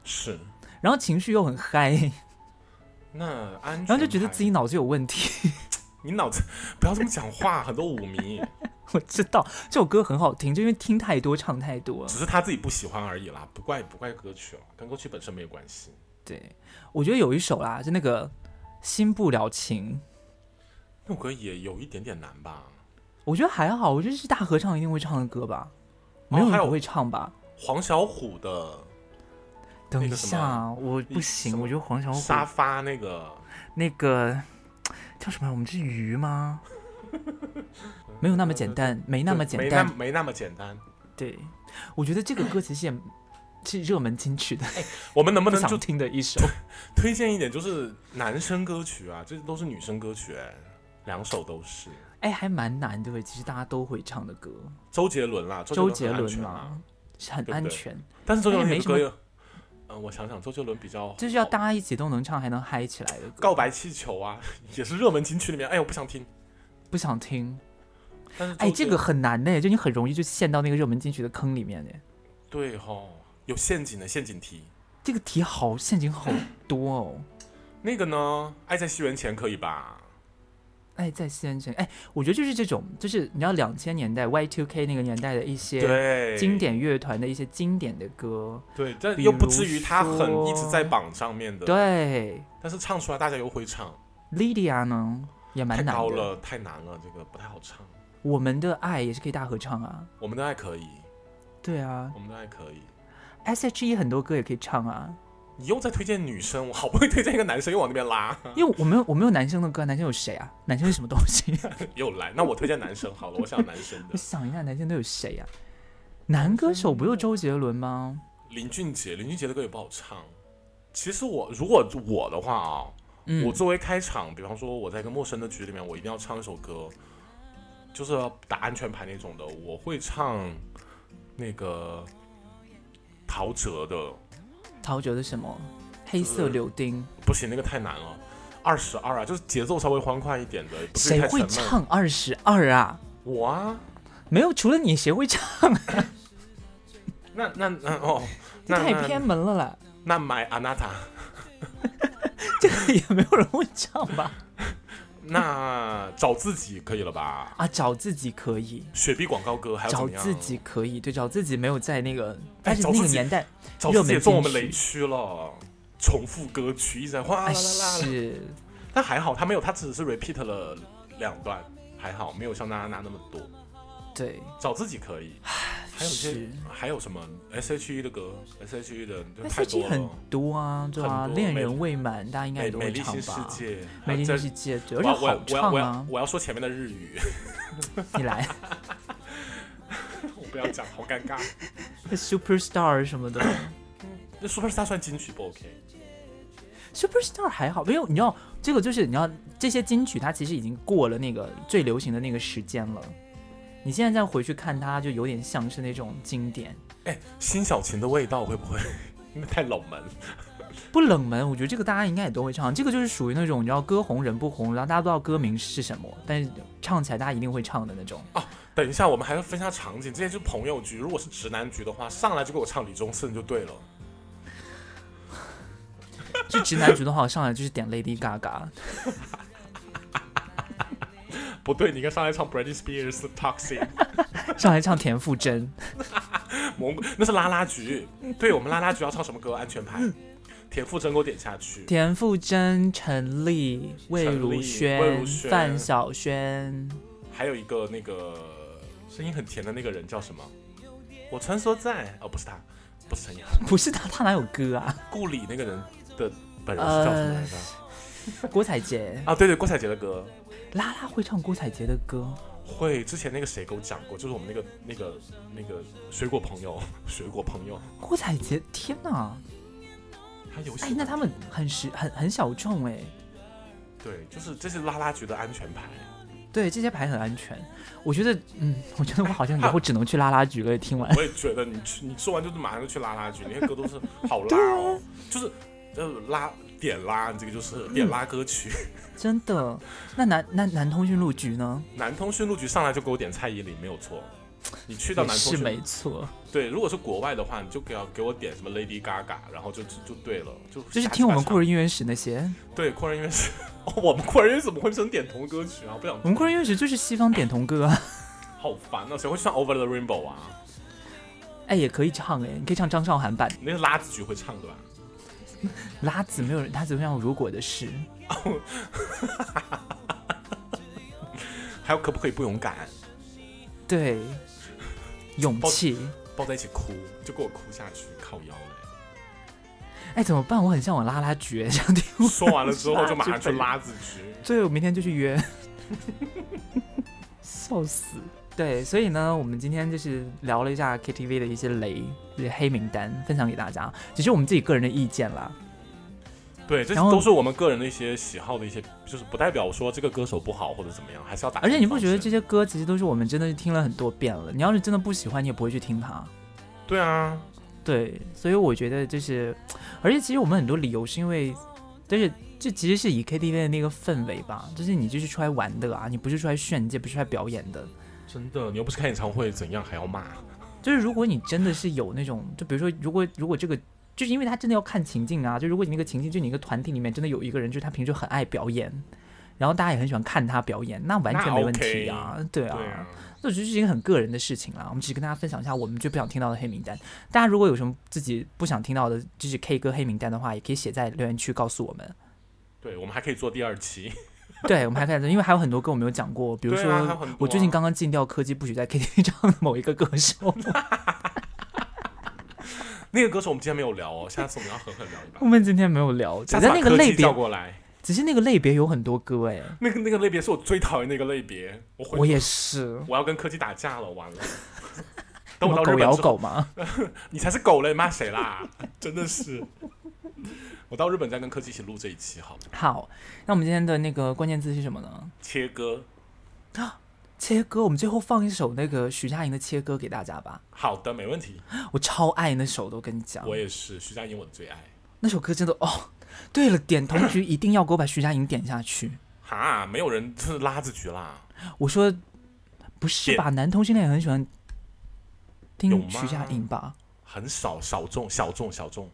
S3: 是
S2: 然后情绪又很嗨，
S3: 那安
S2: 然
S3: 全牌，
S2: 后就觉得自己脑子有问题。
S3: 你脑子不要这么讲话，很多舞迷
S2: 我知道这首歌很好听，就因为听太多，唱太多。
S3: 只是他自己不喜欢而已啦，不怪不怪歌曲了，啊跟歌曲本身没有关系。
S2: 对，我觉得有一首啦，就那个《新不了情
S3: 那首歌也有一点点难吧？》，
S2: 我觉得还好，我觉得是大合唱一定会唱的歌吧，没
S3: 哦
S2: 有
S3: 还
S2: 人
S3: 有
S2: 不会唱吧？
S3: 黄小虎的
S2: 等一
S3: 哦那个什
S2: 下，
S3: 么
S2: 我不
S3: 什
S2: 行，
S3: 么
S2: 我觉得黄小
S3: 沙
S2: 琥
S3: 发那个
S2: 那个叫什么？我们是鱼 吗？没有那么简单，没那么
S3: 对
S2: 简
S3: 没那
S2: 单。
S3: 没那么简单。
S2: 对，我觉得这个歌其实也是热门金曲的，
S3: 我们能不
S2: 不
S3: 能就
S2: 想听的一首。
S3: 推荐一点，就是男生歌曲啊，这都是女生歌曲、哎，两首都是
S2: 哎，还蛮难的，其实大家都会唱的歌，
S3: 周杰伦啦，
S2: 周杰
S3: 杰伦很安
S2: 伦
S3: 全
S2: 嘛
S3: 啦，，
S2: 是很
S3: 对不
S2: 安
S3: 对
S2: 全，
S3: 但是周杰伦
S2: 哎
S3: 有
S2: 没
S3: 个
S2: 什么
S3: 歌又，嗯、我想想，周杰伦比较
S2: 就是要大家一起都能唱，还能嗨起来的歌。
S3: 告白气球啊， 也是热门金曲里面，哎，我不想听。
S2: 不想听，
S3: 但是周
S2: 哎，
S3: 杰
S2: 这个很难呢，就你很容易就陷到那个热门金曲的坑里面呢。
S3: 对吼，有陷阱的陷阱题。
S2: 这个题好陷阱好多哦。
S3: 那个呢，爱在西元前可以吧？
S2: 哎，在先生，哎，我觉得就是这种，就是你知道两千年代 Y two K 那个年代的一些
S3: 对，
S2: 经典乐团的一些经典的歌，
S3: 对，但
S2: 比
S3: 又不
S2: 如
S3: 至于他很
S2: 说
S3: 一直在榜上面的。，
S2: 对
S3: 但是唱出来大家又会唱，
S2: ，Lydia 呢也
S3: 太
S2: 蛮难
S3: 高
S2: 的。
S3: 了，太难了，这个不太好唱。
S2: 我们的爱也是可以大合唱啊，
S3: 我们的爱可以，
S2: 对啊
S3: 我们的爱可以。
S2: ，S.H.E 很多歌也可以唱啊，
S3: 你又在推荐女生，我好不容易推荐一个男生，又往那边拉，
S2: 因为我没有我没有男生的歌，男生有谁啊？男生是什么东 西？
S3: 又来。那我推荐男生好了，我想男生
S2: 我
S3: 的
S2: 想一下，男生都有谁呀、男歌手不就周杰伦吗？
S3: 林俊杰，林俊杰的歌也不好唱。其实我如果我的话啊、
S2: 嗯，
S3: 我作为开场，比方说我在一个陌生的局里面，我一定要唱一首歌，就是要打安全牌那种的，我会唱那个陶喆的，
S2: 陶喆的什么黑色柳丁，
S3: 不行，那个太难了。二十二啊，就是节奏稍微欢快一点的，不至
S2: 谁
S3: 于太
S2: 会
S3: 沉闷。
S2: 唱二十二啊？
S3: 我啊，
S2: 没有，除了你谁会唱？
S3: 那那那哦，
S2: 这
S3: 那
S2: 太偏
S3: 那
S2: 门了啦，
S3: 那 My Anata，
S2: 这个也没有人会唱吧？
S3: 那找自己可以了吧？
S2: 啊，找自己可以，
S3: 雪碧广告歌还有怎
S2: 找
S3: 么样？啊
S2: 自己可以，对，找自己没有在那个，
S3: 哎
S2: 但是
S3: 找
S2: 那个
S3: 自己
S2: 年代，
S3: 找
S2: 热
S3: 自己也
S2: 门
S3: 中我
S2: 金
S3: 们雷
S2: 曲
S3: 区了，重复歌曲一直在哗啦啦
S2: 哎，
S3: 啦啦。
S2: 是
S3: 但还好他没有，他只是 repeat 了两段，还好没有像娜娜娜那么多。
S2: 对，
S3: 找自己可以，还有一些
S2: 是
S3: 还有什么 S.H.E 的歌，S.H.E 的就
S2: 那
S3: 太
S2: C
S3: 多
S2: G E 很
S3: 了。
S2: 多啊，对啊，
S3: 很多
S2: 恋
S3: 美
S2: 人未满，大家应该
S3: 美
S2: 也都
S3: 美
S2: 会
S3: 丽
S2: 唱
S3: 新世
S2: 吧？
S3: 界，啊
S2: 美丽
S3: 这
S2: 世界，对，而
S3: 我
S2: 且好
S3: 要我要我要
S2: 唱
S3: 我要
S2: 啊！
S3: 我要说前面的日语，
S2: 你来
S3: 我不要讲，好尴尬。
S2: ，Superstar 什 么的。
S3: 那 Superstar 算金曲不 OK？
S2: Superstar 还好，没有，你知道这个就是你知道这些金曲，它其实已经过了那个最流行的那个时间了。你现在再回去看它，就有点像是那种经典，
S3: 哎，辛晓琴的味道会不会 那太冷门？
S2: 不冷门。我觉得这个大家应该也都会唱，这个就是属于那种你知道歌红人不红，然后大家都知道歌名是什么，但是唱起来大家一定会唱的那种。
S3: 啊等一下，我们还要分一下场景。之前是朋友局，如果是直男局的话，上来就给我唱李宗盛就对了。
S2: 就直男局的话，我上来就是点 Lady Gaga，
S3: 不对，你应该上来唱 Britney Spears 的 Toxic。
S2: 上来唱田馥甄，
S3: 蘑菇，那是拉拉局。对我们拉拉局要唱什么歌？安全牌。田馥甄给我点下去。
S2: 田馥甄、陈粒、魏
S3: 陈
S2: 如
S3: 粒
S2: 萱
S3: 魏如、萱
S2: 范晓萱，
S3: 还有一个那个声音很甜的那个人叫什么？我穿梭在……哦，不是他，不是陈雅，
S2: 不是他，他哪有歌啊？
S3: 顾里那个人的本人是叫什么来着？
S2: 郭采洁。
S3: 啊，对对，郭采洁的歌
S2: 拉拉会唱郭采洁的歌，
S3: 会。之前那个谁给我讲过，就是我们那个那个那个水果朋友，水果朋友，
S2: 郭采洁，天哪！
S3: 他有喜
S2: 哎
S3: 欢，
S2: 那他们很时很很小众哎。
S3: 对，就是这是拉拉局的安全牌。
S2: 对，这些牌很安全。我觉得，嗯，我觉得我好像以后只能去拉拉局了。听完，
S3: 我也觉得你去，你说完就是马上就去拉拉局，那些歌都是好拉
S2: 啊
S3: 哦，就是呃拉点拉，你这个就是点拉歌曲。
S2: 真的。那南那南通讯录局呢？
S3: 南通讯录局上来就给我点蔡依林，没有错。你去到
S2: 也
S3: 南通
S2: 是
S3: 讯
S2: 没
S3: 录，
S2: 错，
S3: 对，如果是国外的话，你就给要给我点什么 Lady Gaga，然后就就就对了，就
S2: 就是
S3: 瞎鸡
S2: 听我
S3: 巴
S2: 们
S3: 唱
S2: 酷儿音乐史那些。
S3: 对酷人音乐 史，哦我们酷人音乐史怎么会成点同歌曲啊？不想
S2: 我们酷儿音乐史就是西方点童歌啊。
S3: 好烦啊！谁会唱 Over the Rainbow 啊？
S2: 哎，也可以唱哎，你可以唱张韶涵版。
S3: 那个拉子局会唱的吧？
S2: 拉子没有人，他只会唱如果的事。
S3: 还有可不可以不勇敢？
S2: 对，勇
S3: 抱
S2: 气。
S3: 抱在一起哭，就给我哭下去，靠腰嘞！
S2: 哎，怎么办？我很向往拉拉局，想听 我。
S3: 说完了之后就马上去拉子 局。
S2: 对，我明天就去约。 笑死。对，所以呢，我们今天就是聊了一下 KTV 的一些雷、一些黑名单，分享给大家，只是我们自己个人的意见啦。
S3: 对，这
S2: 然后
S3: 都是我们个人的一些喜好的一些，就是不代表说这个歌手不好或者怎么样，还是要打
S2: 而
S3: 预防
S2: 且
S3: 针。
S2: 你不觉得这些歌其实都是我们真的是听了很多遍了？你要是真的不喜欢，你也不会去听它。
S3: 对啊，
S2: 对，所以我觉得就是，而且其实我们很多理由是因为，就是这其实是以 KTV 的那个氛围吧，就是你就是出来玩的啊，你不是出来炫技，不是出来表演的。
S3: 真的，你又不是开演唱会，怎样还要骂？
S2: 就是如果你真的是有那种，就比如说，如果如果这个，就是因为他真的要看情境啊，就如果你那个情境，就你一个团体里面真的有一个人，就是他平时很爱表演，然后大家也很喜欢看他表演，那完全没问题啊，对
S3: 对
S2: 啊。
S3: 啊，
S2: 这就是一个很个人的事情啦，我们只是跟大家分享一下我们最不想听到的黑名单。大家如果有什么自己不想听到的，就是 K 歌黑名单的话，也可以写在留言区告诉我们。
S3: 对，我们还可以做第二期。
S2: 对，我们还可以，因为还有很多歌我没有讲过，比如
S3: 对
S2: 说、
S3: 啊还有很多啊
S2: 我最近刚刚禁掉科技不许在 KTV 唱的某一个歌手，
S3: 那个歌手我们今天没有聊哦，下次我们要狠狠聊一把
S2: 我。们今天没有聊。只
S3: 下
S2: 是
S3: 次把
S2: 那个
S3: 柯基
S2: 类别
S3: 叫，过来，
S2: 只是那个类别有很多歌哎、
S3: 那个那个类别是我最讨厌的一个类别，我回
S2: 我也是。
S3: 我要跟柯基打架了， 完了。
S2: 什
S3: 等我
S2: 么
S3: 到日
S2: 狗
S3: 本
S2: 咬
S3: 之后，
S2: 狗嘛，
S3: 你才是狗嘞，骂谁啦？ 真的是。我到日本再跟柯基一起录这一期好吗？
S2: 好，那我们今天的那个关键字是什么呢？
S3: 切割，
S2: 切歌，我们最后放一首那个徐佳莹的切歌给大家吧。
S3: 好的，没问题。
S2: 我超爱那首的，我跟你讲，
S3: 我也是，徐佳莹我的最爱。
S2: 那首歌真的哦。对了，点同局一定要给我把徐佳莹点下去。
S3: 哈，没有人就是拉子局啦，
S2: 我说不是吧，男同性恋也很喜欢
S3: 有
S2: 听
S3: 吗
S2: 徐佳莹吧？
S3: 很少少众小众小众。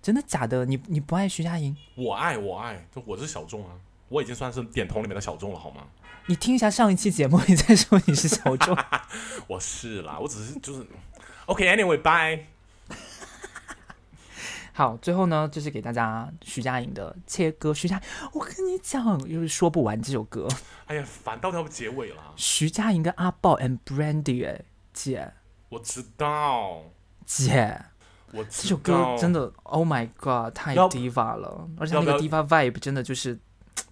S2: 真的假的？你你不爱徐佳莹？
S3: 我爱我爱，就我是小众啊，我已经算是点头里面的小众了好吗？
S2: 你听一下上一期节目，你再说你是小 众。
S3: 我是啦，我只是就是 OK，Anyway，Bye、
S2: 好，最后呢，就是给大家徐佳莹的切歌。徐佳，我跟你讲，就是说不完这首歌。
S3: 哎呀，烦到要结尾啦。
S2: 徐佳莹跟阿豹 and Brandy，哎，姐
S3: 我知道，
S2: 姐，
S3: 我
S2: 这
S3: 知
S2: 首
S3: 道。
S2: 歌真的，Oh my God，太
S3: 要
S2: diva 了，而且
S3: 要
S2: 它
S3: 不
S2: 那个
S3: 要
S2: diva vibe 真的就是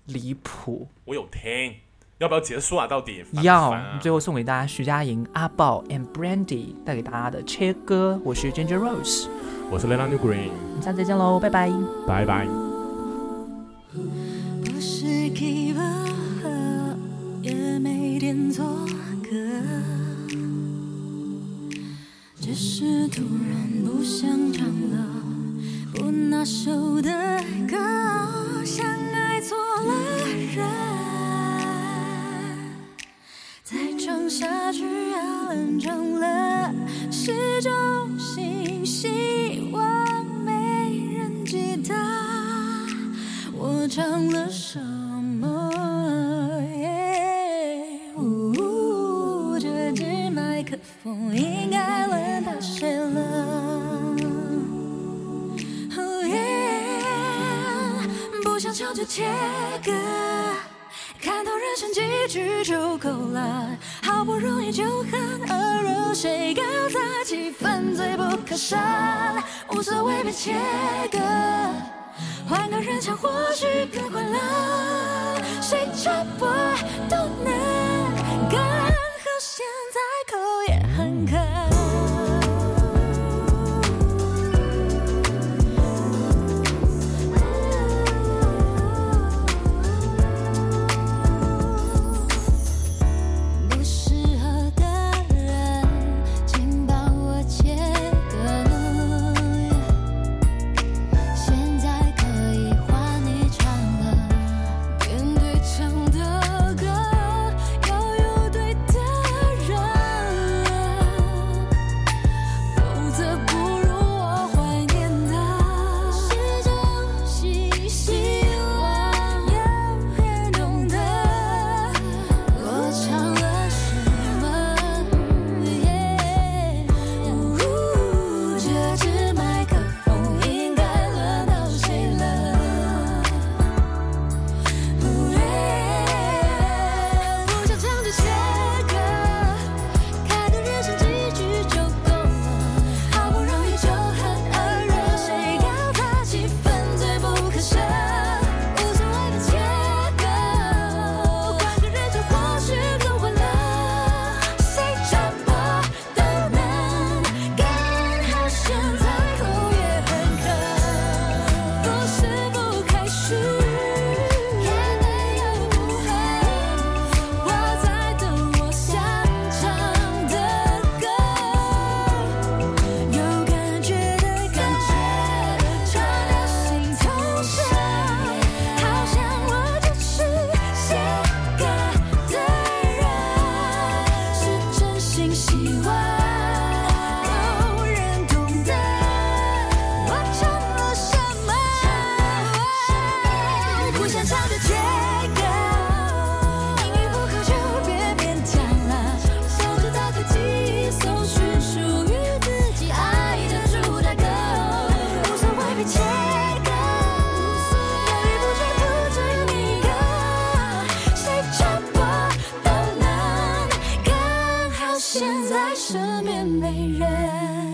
S2: 离谱。
S3: 我有听，要不要结束啊？到底烦不
S2: 要
S3: 烦啊
S2: 最后送给大家徐佳莹、阿豹 and Brandy 带给大家的切歌，我是 Ginger Rose，
S3: 我是 Lena New Green，
S2: 我们下次再见喽，拜拜。
S3: 拜拜。
S1: 不是 give up，也没点错歌，只是突然不想唱了不拿手的歌，像爱错了人。再唱下去要冷场了，是种新希望，没人记得我唱了什么。耶呜这支麦克风应该轮到谁了？哦耶！不想唱就切歌，看透人生几句就够了。好不容易就酣耳热，谁告诉自己犯罪不可赦？无所谓，别切歌，换个人唱或许更快乐。谁插播都能干，和现在口也很渴。不适合的人，请帮我切割。现在可以换你唱了，面对唱的歌，现在身边没人。